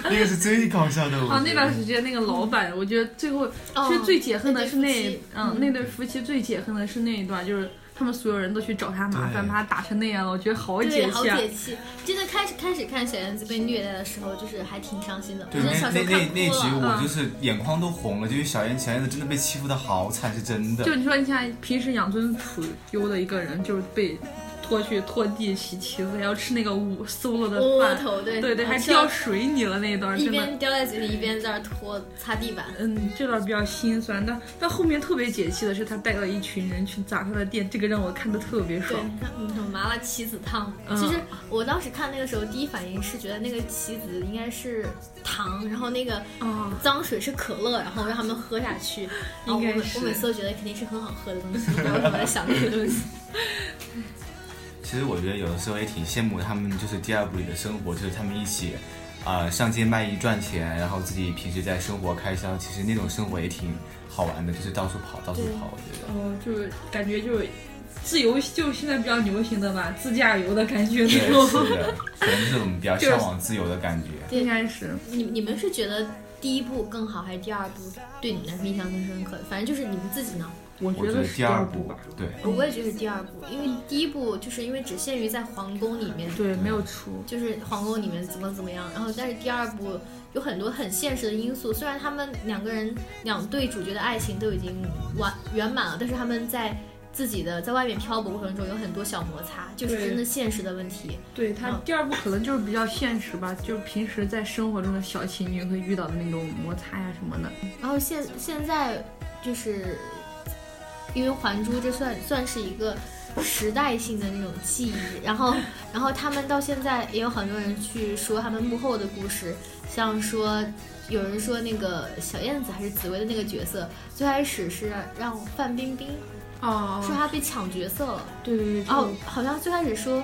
那个是最搞笑的。我啊，觉那得段时间那个老板，我觉得最后哦其实最解恨的是那对那夫妻，嗯，那对夫妻最解恨的是那一段，就是他们所有人都去找他麻烦，对把他打成那样了，我觉得好对，解好气啊！解气。真的开始开始看小燕子被虐待的时候，就是还挺伤心的。对，我觉那得小时那候那看那集哭了。嗯我就是眼眶都红了，就是小燕小燕子真的被欺负的好惨，是真的就。你说，你像平时养尊处优的一个人，就是被拖去拖地、洗旗子，要吃那个五馊了的窝窝饭，头，对对对，还掉掉水里了那一段，一真的。边叼在嘴里一边在那儿拖擦地板。嗯，这段比较心酸，但但后面特别解气的是，他带了一群人去砸他的店，这个让我看的特别对爽。，那种麻辣棋子汤。嗯其实我当时看那个时候，第一反应是觉得那个棋子应该是糖，然后那个啊，脏水是可乐，然后让他们喝下去。然后我应该每是我每次都觉得肯定是很好喝的东西，然后我在想这个 (laughs) 东西。其实我觉得有的时候也挺羡慕他们，就是第二部里的生活，就是他们一起，啊、上街卖艺赚钱，然后自己平时在生活开销，其实那种生活也挺好玩的，就是到处跑，到处跑，我觉得。哦，就是感觉就是自由，就是现在比较流行的吧，自驾游的感觉对，那种。是的，可能是我们比较向往自由的感觉。 (laughs) 应该是，你你们是觉得第一部更好，还是第二部对你们来说印象更深刻？反正就是你们自己呢。我我觉得是第二部部吧。对，嗯我也觉得是第二部，因为第一部就是因为只限于在皇宫里面对，嗯没有出。就是皇宫里面怎么怎么样，然后但是第二部有很多很现实的因素，虽然他们两个人两对主角的爱情都已经完圆满了，但是他们在自己的在外面漂泊过程中有很多小摩擦，就是对真的现实的问题。对他嗯第二部可能就是比较现实吧，就是平时在生活中的小情侣会遇到的那种摩擦呀什么的。然后现现在就是因为《还珠》这算算是一个时代性的那种记忆，然 (laughs) 后然后他们到现在也有很多人去说他们幕后的故事，像说。有人说那个小燕子还是紫薇的那个角色，最开始是让范冰冰哦说她被抢角色了，对对对，然后好像最开始说，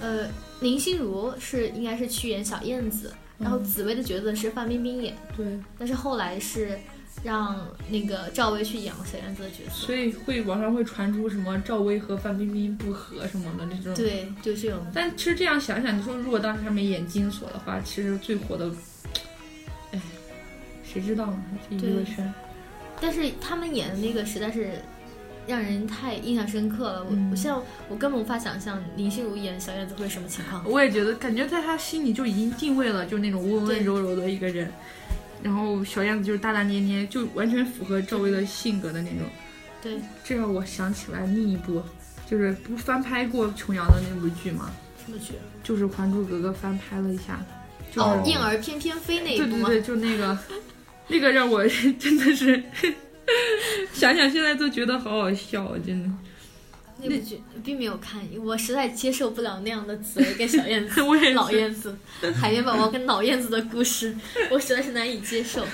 呃，林心如是应该是去演小燕子，然后嗯紫薇的角色是范冰冰演，对，但是后来是让那个赵薇去演小燕子的角色。所以会网上会传出什么赵薇和范冰冰不和什么的那种。。对，就这种。但其实这样想想，你说如果当时他没演金锁的话，其实最火的，哎，谁知道呢？这娱乐对圈。但是他们演的那个实在是让人太印象深刻了。我、嗯我现在我根本无法想象林心如演小燕子会是什么情况。我也觉得，感觉在他心里就已经定位了，就是那种温温柔柔的一个人。然后小燕子就是大大咧咧，就完全符合赵薇的性格的那种。对，这让我想起来另一部，就是不翻拍过琼瑶的那部剧嘛，什么剧？就是《还珠格格》翻拍了一下。就是、哦，燕儿翩翩飞那一对部啊对吗？对，就那个， (laughs) 那个让我 (laughs) 真的是想想现在都觉得好好笑，啊真的。那部剧并没有看，我实在接受不了那样的紫薇跟小燕子。 (laughs) 我也是老燕子，海绵宝宝跟老燕子的故事，我实在是难以接受。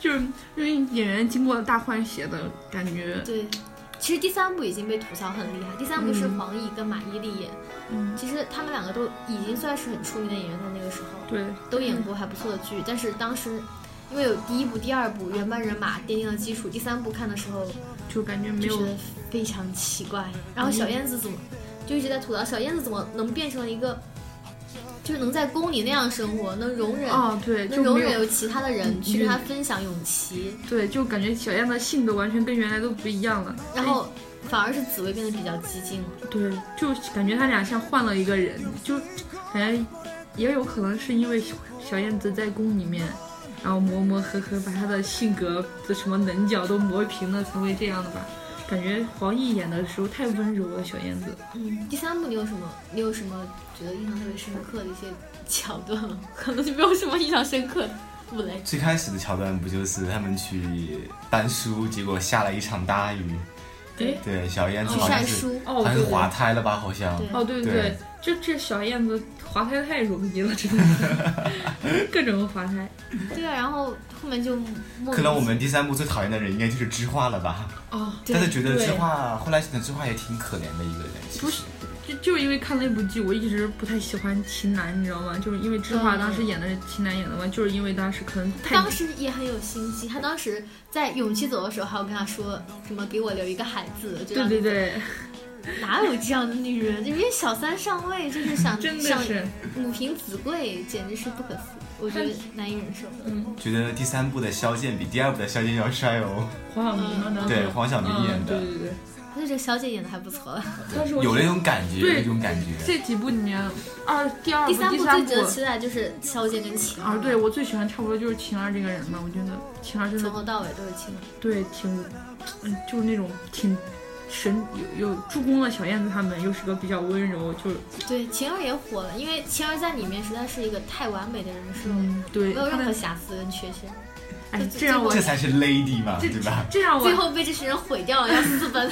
就是因为演员经过大换血的感觉，对，其实第三部已经被吐槽很厉害。第三部是嗯黄奕跟马伊琍演，嗯，其实他们两个都已经算是很出名的演员，在那个时候对，都演过还不错的剧，但是当时。因为有第一部、第二部原班人马奠定了基础，第三部看的时候就感觉没就有嗯觉得非常奇怪。然后小燕子怎么就一直在吐槽小燕子怎么能变成了一个，就是能在宫里那样生活，能容忍，哦，对，能就容没忍有嗯哎有其他的人去跟她分享永琪，对，就感觉小燕的性格完全跟原来都不一样了。然后反而是紫薇变得比较激进了。对，就感觉他俩像换了一个人，就感觉也有可能是因为小燕子在宫里面，然后磨磨合合，把她的性格的什么棱角都磨平了，才会这样的吧。感觉黄奕演的时候太温柔了，小燕子。嗯，第三部你有什么？你有什么觉得印象特别深刻的一些桥段吗？可能就没有什么印象深刻的。布雷，最开始的桥段不就是他们去搬书，结果下了一场大雨，哎，对，小燕子去好像晒是书，哦，好像是对滑胎了吧，好像。对哦，对对对，就这小燕子滑胎太容易了，真的， (laughs) 各种滑胎。对啊，然后后面就莫可能我们第三部最讨厌的人应该就是知画了吧？哦，对但是觉得对知画后来想想知画也挺可怜的一个人，其不实就就是因为看那部剧，我一直不太喜欢秦岚，你知道吗？就是因为知画嗯当时演的是秦岚演的嘛，就是因为当时可能太当时也很有心机，他当时在勇气走的时候，还有跟他说什么给我留一个孩子，这对样对对，哪有这样的女人？就是小三上位，就是想 (laughs) 真的想是母凭子贵，简直是不可思议，我觉得难以忍受。觉得第三部的萧剑比第二部的萧剑要帅哦。黄晓明嘛，当时对，黄晓明演的，嗯嗯对对而且这小姐演的还不错，对，当时我有那觉得种感觉，有对那种感觉。这几部里面，二第二部、第第三部三最值得期待就是萧剑跟秦啊，对我最喜欢差不多就是秦二这个人嘛，我觉得秦二真从的头到尾都是秦对挺，嗯，就是那种挺神有有助攻了小燕子他们，又是个比较温柔，就是对，晴儿也火了，因为晴儿在里面实在是一个太完美的人设了，嗯，没对，有他任何们瑕疵跟缺陷，哎，这这让我这才是 lady 嘛，这对吧？这让我最后被这群人毁掉了，要私 (laughs) 奔。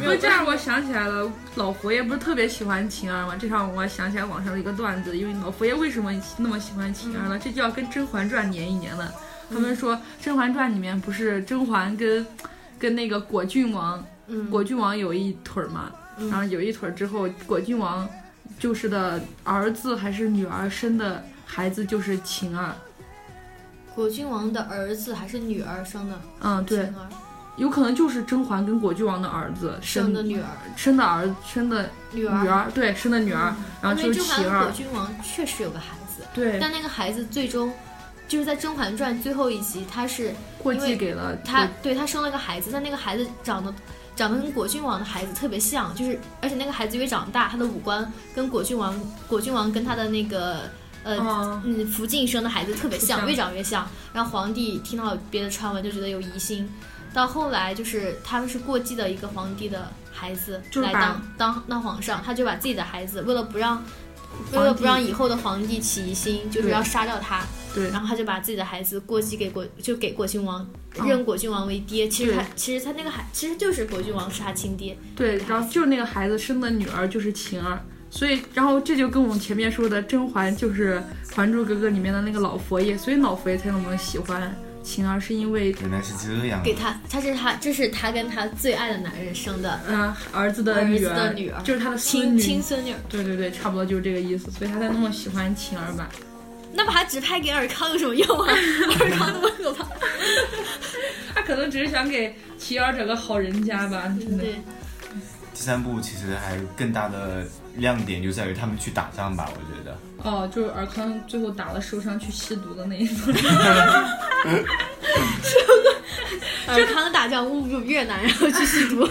因为这让我想起来了，老佛爷不是特别喜欢秦二吗？这让我想起来网上的一个段子，因为老佛爷为什么那么喜欢秦嗯二呢？这就要跟《甄嬛传》粘一粘了。他们说《甄嬛传》里面不是甄嬛跟跟那个果郡王，嗯，果郡王有一腿儿嘛，嗯然后有一腿儿之后，果郡王就是的儿子还是女儿生的孩子就是秦二。果郡王的儿子还是女儿生的，嗯，对晴，儿有可能就是甄嬛跟果郡王的儿子生生的女儿，生的儿生的女女儿，对，生的女儿，然后啊嗯因就为甄是嬛秦和二果，郡王确实有个孩子，对，但那个孩子最终就是在《甄嬛传》最后一集，他是过因为继给了他对他生了个孩子，但那个孩子长得长得跟果郡王的孩子特别像，就是而且那个孩子越长大，他的五官跟果郡王果郡王跟他的那个呃。嗯，嗯，福晋生的孩子特别像，像越长越像。然后皇帝听到别的传闻就觉得有疑心，到后来就是他们是过继的一个皇帝的孩子就是来把当当当皇上，他就把自己的孩子为了不让为皇了不帝让以后的皇帝起疑心，就是对要杀掉他，对然后他就把自己的孩子过继给果，就给果郡王，嗯认果郡王为爹。其实对他其实他那个孩其实就是果郡王是他亲爹，对，然后就是那个孩子生的女儿就是晴儿，所以然后这就跟我们前面说的甄嬛就是《还珠格格》里面的那个老佛爷，所以老佛爷才那么喜欢晴儿，是因为原来是这样啊。给他他是他这是他跟他最爱的男人生的嗯、儿子的儿女子儿，的女儿就是他的孙亲女，亲孙女儿。对对对，差不多就是这个意思，所以他才那么喜欢晴儿吧。那把他只拍给尔康有什么用 (laughs) 啊？尔康那么可怕。他可能只是想给晴儿找个好人家吧，真的。对，第三部其实还有更大的亮点就在于他们去打仗吧，我觉得。哦，就是尔康最后打了受伤去吸毒的那一段。嗯尔康打仗误入越南，然后去吸毒。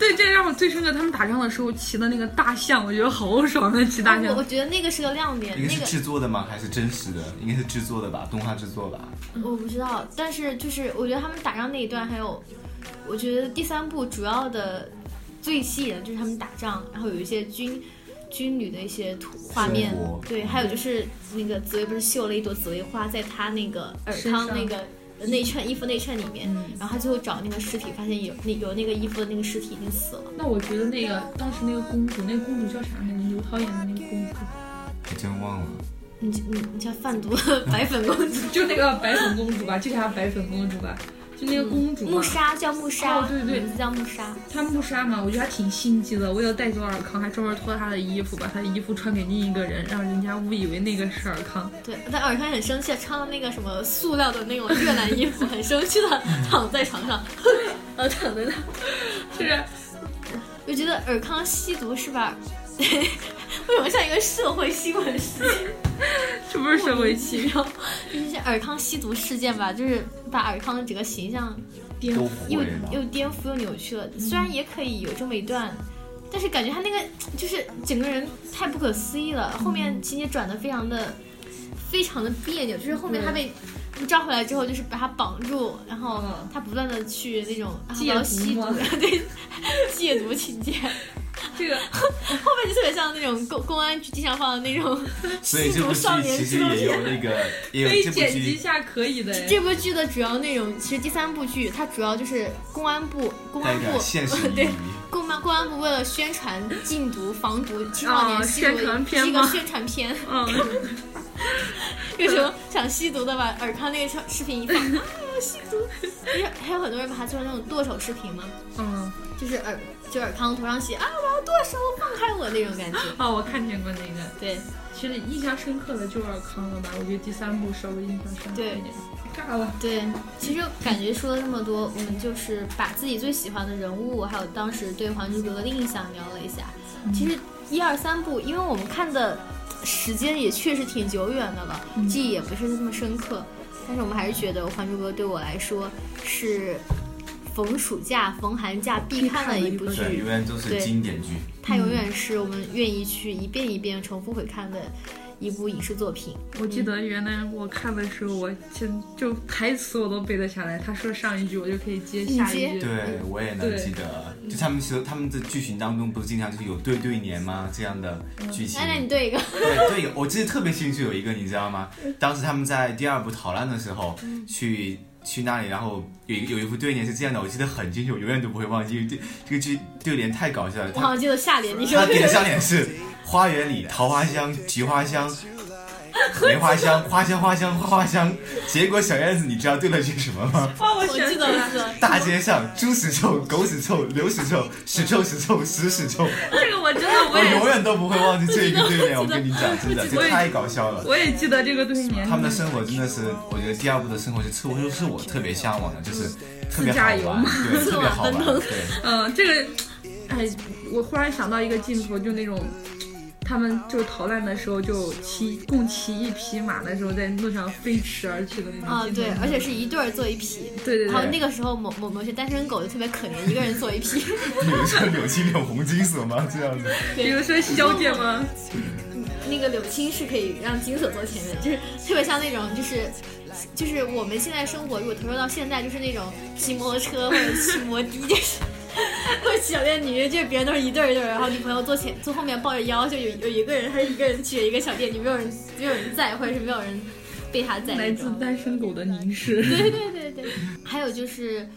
对，这让我最深刻。他们打仗的时候骑的那个大象，我觉得好爽啊！骑大哦我象我，觉得那个是个亮点应，那该是个制作的吗？还是真实的？应该是制作的吧，动画制作吧。我不知道，但是就是我觉得他们打仗那一段，还有我觉得第三部主要的最吸引的就是他们打仗，然后有一些军军旅的一些图画面生活，对，还有就是那个紫薇不是绣了一朵紫薇花在他那个尔身康上那个内衬衣服内衬里面，嗯然后他最后找那个尸体，发现有那有那个衣服的那个尸体已经死了，那我觉得那个当时那个公主，那个公主叫啥来着？刘涛演的那个公主，还真忘了。你你你像贩毒 (laughs) 白粉公主就那个白粉公主吧，就叫她白粉公主吧，就那个公主嘛木。沙叫木沙，哦对对名字叫嗯木沙，她木沙嘛，我觉得还挺心机的。为了带走尔康，还专门脱她的衣服，把她的衣服穿给另一个人，让人家误以为那个是尔康。对，但尔康很生气，穿了那个什么塑料的那种越南衣服，很生气的躺在床上，呃，躺在那，就是我觉得尔康吸毒是吧？ (laughs) 为什么像一个社会新闻事件？这不是社会气然后就是尔康吸毒事件吧，就是把尔康的整个形象颠都覆。毁又了，又颠覆又扭曲了。虽然也可以有这么一段，但是感觉他那个就是整个人太不可思议了。后面情节转的非常的非常的别扭，就是后面他被嗯抓回来之后，就是把他绑住，然后嗯他不断的去那种啊戒我要毒吸毒吗， (laughs) 对，戒毒情节，后这个面就特别像那种公公安局经常放的那种所以吸这部毒少剧年其纪实录也片有。那个，也可以有这部剪辑一剧下，可以的。哎这部剧的主要内容，其实第三部剧它主要就是公安部，公带安部点现实 (laughs) 意对义。公安公安部为了宣传禁毒、防毒、青少年哦吸毒，宣传片是一个吗宣传片。嗯， (laughs) 有什么想吸毒的吧？尔康那个视视频一放，啊吸毒。不是还有很多人把它做成那种剁手视频吗？嗯，就是尔就尔康头上写啊，我要剁手，放开我那种感觉。哦，我看见过那个。对，其实印象深刻的就是尔康了吧？我觉得第三部稍微印象深刻一点。尬了，对，其实感觉说了这么多，我们就是把自己最喜欢的人物，还有当时对《还珠格格》的印象聊了一下。其实一二三部，因为我们看的时间也确实挺久远的了，记忆也不是那么深刻，但是我们还是觉得《还珠格格》对我来说是逢暑假、逢寒假必看的一部必看的对，剧嗯永。远都是对经典剧。它永远是我们愿意去一遍一遍重复回看的一部影视作品。我记得原来我看的时候，我真就台词我都背得下来。他说上一句，我就可以接下一你句。对，我也能对记得。就他们其实他们的剧情当中，不是经常就是有对对联吗？这样的剧情。安哎娜，你对一个，对对，有我记得特别清楚有一个，你知道吗？当时他们在第二部逃难的时候，去去那里，然后有一有一副对联是这样的，我记得很清楚，我永远都不会忘记。因为这这个剧对联太搞笑了，我好他像记得下联，你说他给的笑脸是花园里桃花香、 (laughs) 菊花香。梅花香，花香，花香，花花香。结果小燕子，你知道对了句什么 (laughs) 吗？哇，我我记得，我记得。大街上猪屎臭、狗屎臭、牛屎臭、屎臭、屎臭、屎屎臭。这个我真的我我也永远都不会忘记这一个对联，我跟你讲，真的，这太搞笑了。我也记得这个对联。他们的生活真的是，我觉得第二部的生活是是我就是我特别向往的，就是特别好自驾游玩，嘛对，特别好玩，自往对。嗯，这个，哎，我忽然想到一个镜头，就那种他们就逃难的时候，就骑共骑一匹马的时候，在路上飞驰而去的那啊，种镜头。对，而且是一对儿坐一匹。嗯对对然后对，那个时候某某某些单身狗就特别可怜，一个人坐一匹。 (laughs) 比如说柳青柳红金锁吗？这样子，比如说小姐吗？那个柳青是可以让金锁坐前面，就是特别像那种就是。就是我们现在生活，如果投入到现在，就是那种骑摩托车或者骑摩的， (laughs) 就是或者骑小电驴，就是别人都是一对儿一对儿，然后女朋友坐前坐后面抱着腰，就有有一个人还是一个人举着一个小电驴，没有人没有人在，或者是没有人被他在那来自种。单身狗的凝视。对对对对，还有就是，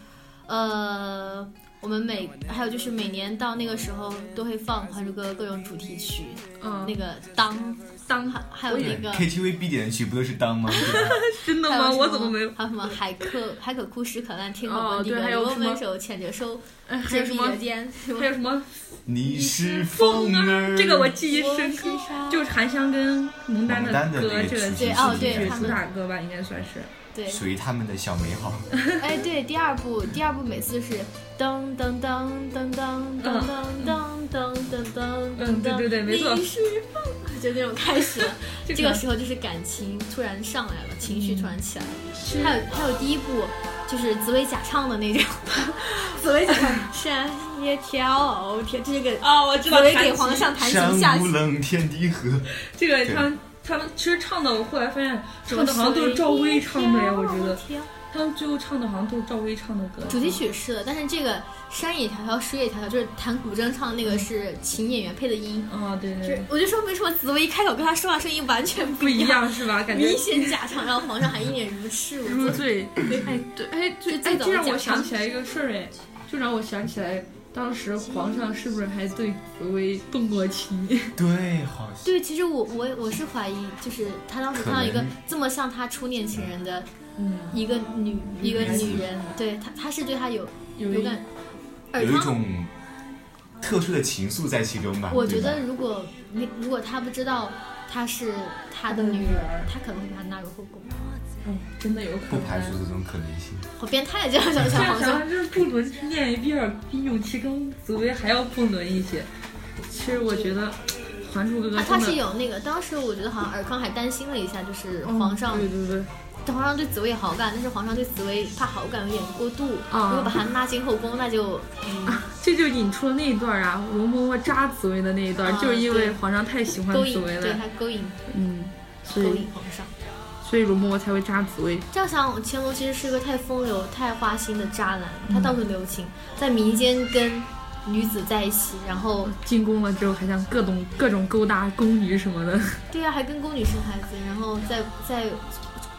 呃，我们每还有就是每年到那个时候都会放《还珠格格》各种主题曲，嗯，那个当当还还有 (laughs) 那个 KTV 必点的曲不都是当吗？ (laughs) 对吧真的还有吗？什么我怎么没有？还有什么海可海可哭石可烂，天可哦崩地对滚，还有流什么温手牵着手，哎，还肩有什并么着？肩，还有什么？你是风儿，这个我记忆深刻我是啥，就是韩香跟蒙丹蒙丹的歌，那个这个主主题对哦对曲他主们打歌吧，应该算是。对，属于他们的小美好。哎对，第二部第二部每次是噔噔噔噔噔噔噔噔噔噔噔噔嗯对噔，对对没错你是风就那种开始了。这 (laughs) 这个时候就是感情突然上来了，情绪突然起来了。嗯还有还有第一部就是紫薇假唱的那 (laughs) 种，紫薇假唱 (laughs) 山也跳天，这是个啊，我知紫道。薇给皇上弹琴下山无棋。棱，天地合。这个对他们他们其实唱的，我后来发现唱的好像都是赵薇唱的呀，我觉得哦他们最后唱的好像都是赵薇唱的歌。主题曲是的，但是这个山也迢迢，水也迢迢，就是弹古筝唱那个是请演员配的音。啊，对就对是对，我就说为什么紫薇一开口跟他说话声音完全不不一一样，样是吧？感觉明显假唱，然后皇上还一脸如痴如入醉。醉。哎对，哎就对，最哎，早这的让我假唱想起来一个事儿，哎，就让我想起来当时皇上是不是还对紫薇动过情？对，好像对，其实我我我是怀疑，就是他当时看到一可个能这么像他初恋情人的嗯，一个女一个女子女人，对他他是对他有有有一感。尔有一康，种特殊的情愫在其中吧。我觉对吧得如果你如果他不知道她是他的女儿，他可能会把她纳入后宫。嗯，真的有可能。不排除这种可能性。好变态，这样想这想样好 (laughs) 想像想，就是不伦之恋比尔比永琪跟紫薇还要不伦一些。啊其实我觉得《还珠格格他》真他的是有那个，当时我觉得好像尔康还担心了一下，就是嗯皇上对对对，皇上对紫薇有好感，但是皇上对紫薇怕好感有点过度，啊如果把她拉进后宫，那就 (laughs) 嗯这就引出了那一段啊，容嬷嬷扎紫薇的那一段，啊就是因为皇上太喜欢勾紫引，薇对了他，勾引嗯，所勾以引皇上。所以容嬷嬷才会扎紫薇。这样想，乾隆其实是个太风流、太花心的渣男，他到处留情，在民间跟女子在一起，然后进宫了之后还想各种各种勾搭宫女什么的，对啊，还跟宫女生孩子，然后在在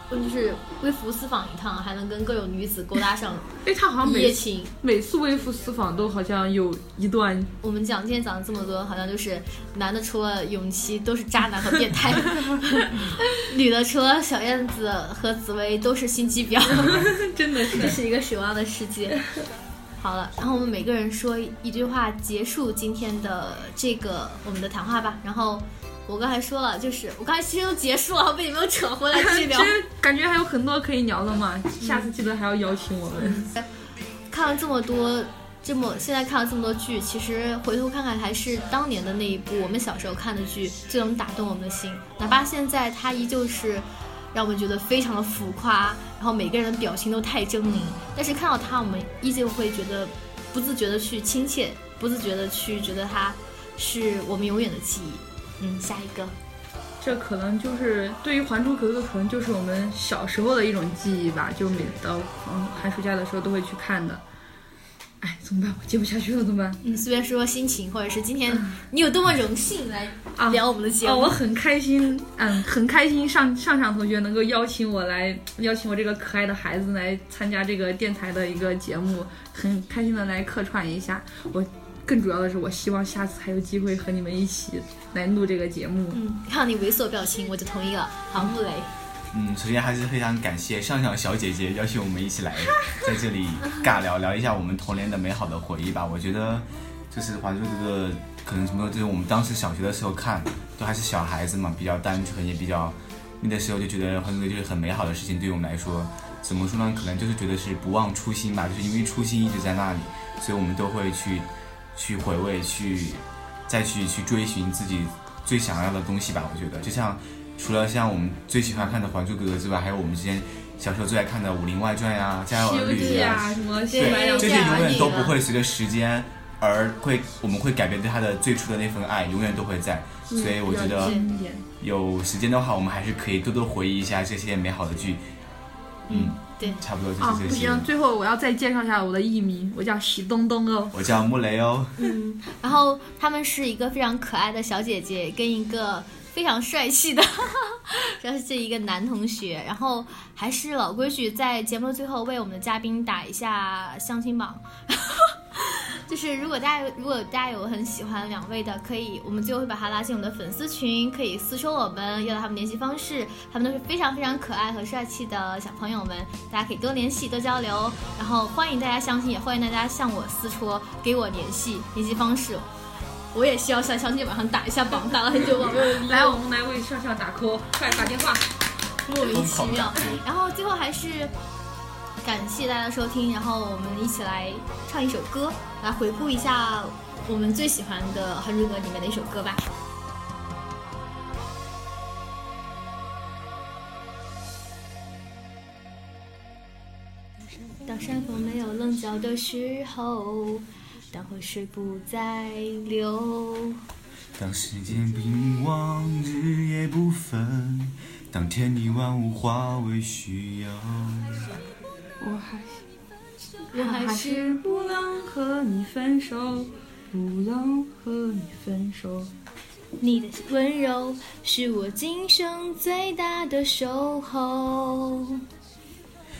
就是微服私访一趟，还能跟各种女子勾搭上 (laughs) 哎，他好像一夜每次情。每次微服私访都好像有一 (laughs) 段我们讲今天讲了这么多，好像就是男的除了永琪都是渣男和变 (laughs) 态，女的除了小燕子和紫薇都是心机婊， (laughs) 真的这是是一个什么样的世界？好了，然后我们每个人说一句话结束今天的这个我们的谈话吧。然后我刚才说了，就是我刚才其实都结束了，被你们又扯回来继续其聊。实感觉还有很多可以聊的嘛，下次记得还要邀请我们。看了这么多，这么现在看了这么多剧，其实回头看看还是当年的那一部我们小时候看的剧最能打动我们的心，哪怕现在它依旧是让我们觉得非常的浮夸，然后每个人的表情都太狰狞，但是看到它，我们依旧会觉得不自觉的去亲切，不自觉的去觉得它是我们永远的记忆。嗯，下一个，这可能就是对于《还珠格格》，可能就是我们小时候的一种记忆吧，就每到嗯寒暑假的时候都会去看的。哎，怎么办？我接不下去了，怎么办？嗯，随便说说心情，或者是今天你有多么荣幸来啊聊我们的节哦，目。我很开心，嗯，很开心上上上同学能够邀请我来，邀请我这个可爱的孩子来参加这个电台的一个节目，很开心的来客串一下。我更主要的是，我希望下次还有机会和你们一起来录这个节目。嗯，看到你猥琐表情，我就同意了。好，穆雷。嗯，首先还是非常感谢上上小姐姐邀请我们一起来在这里尬聊，聊一下我们童年的美好的回忆吧。我觉得就是《还珠格格》，可能什么就是我们当时小学的时候看，都还是小孩子嘛，比较单纯，也比较那个时候就觉得《还珠格格》就是很美好的事情，对我们来说，怎么说呢？可能就是觉得是不忘初心吧，就是因为初心一直在那里，所以我们都会去去回味，去再去去追寻自己最想要的东西吧。我觉得就像。除了像我们最喜欢看的《还珠格格》之外，还有我们之前小时候最爱看的《武林外传》呀，《家有西儿游女》记呀，啊，什么西对游这记啊些永远都不会随着时间而会，我们会改变对他的最初的那份爱，永远都会在。嗯所以我觉比较得经典有时间的话，我们还是可以多多回忆一下这些美好的剧。嗯，对哦差不多啊，就是不这些。行，最后我要再介绍一下我的艺名，我叫喜东东哦。我叫穆雷哦，然后他们是一个非常可爱的小姐姐跟一个非常帅气的，这是一个男同学。然后还是老规矩，在节目的最后为我们的嘉宾打一下相亲榜。 (laughs) 就是如果大家如果大家有很喜欢两位的，可以我们最后会把他拉进我们的粉丝群，可以私收我们，要到他们联系方式，他们都是非常非常可爱和帅气的小朋友们，大家可以多联系多交流，然后欢迎大家相亲，也欢迎大家向我私戳，给我联系联系方式。我也需要向相亲网上打一下榜，打了很久网没有理来，我们来为上上打 call，快打电话。莫名其妙。然后最后还是感谢大家的收听，然后我们一起来唱一首歌，来回顾一下我们最喜欢的《还珠格格》里面的一首歌吧。当山峰没有棱角的时候，当河水不再流。当时间并网，日夜不分，当天地万物化为虚有。我还我还还是是不能和你分手，不能和你分手。你的温柔是我今生最大的守候。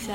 小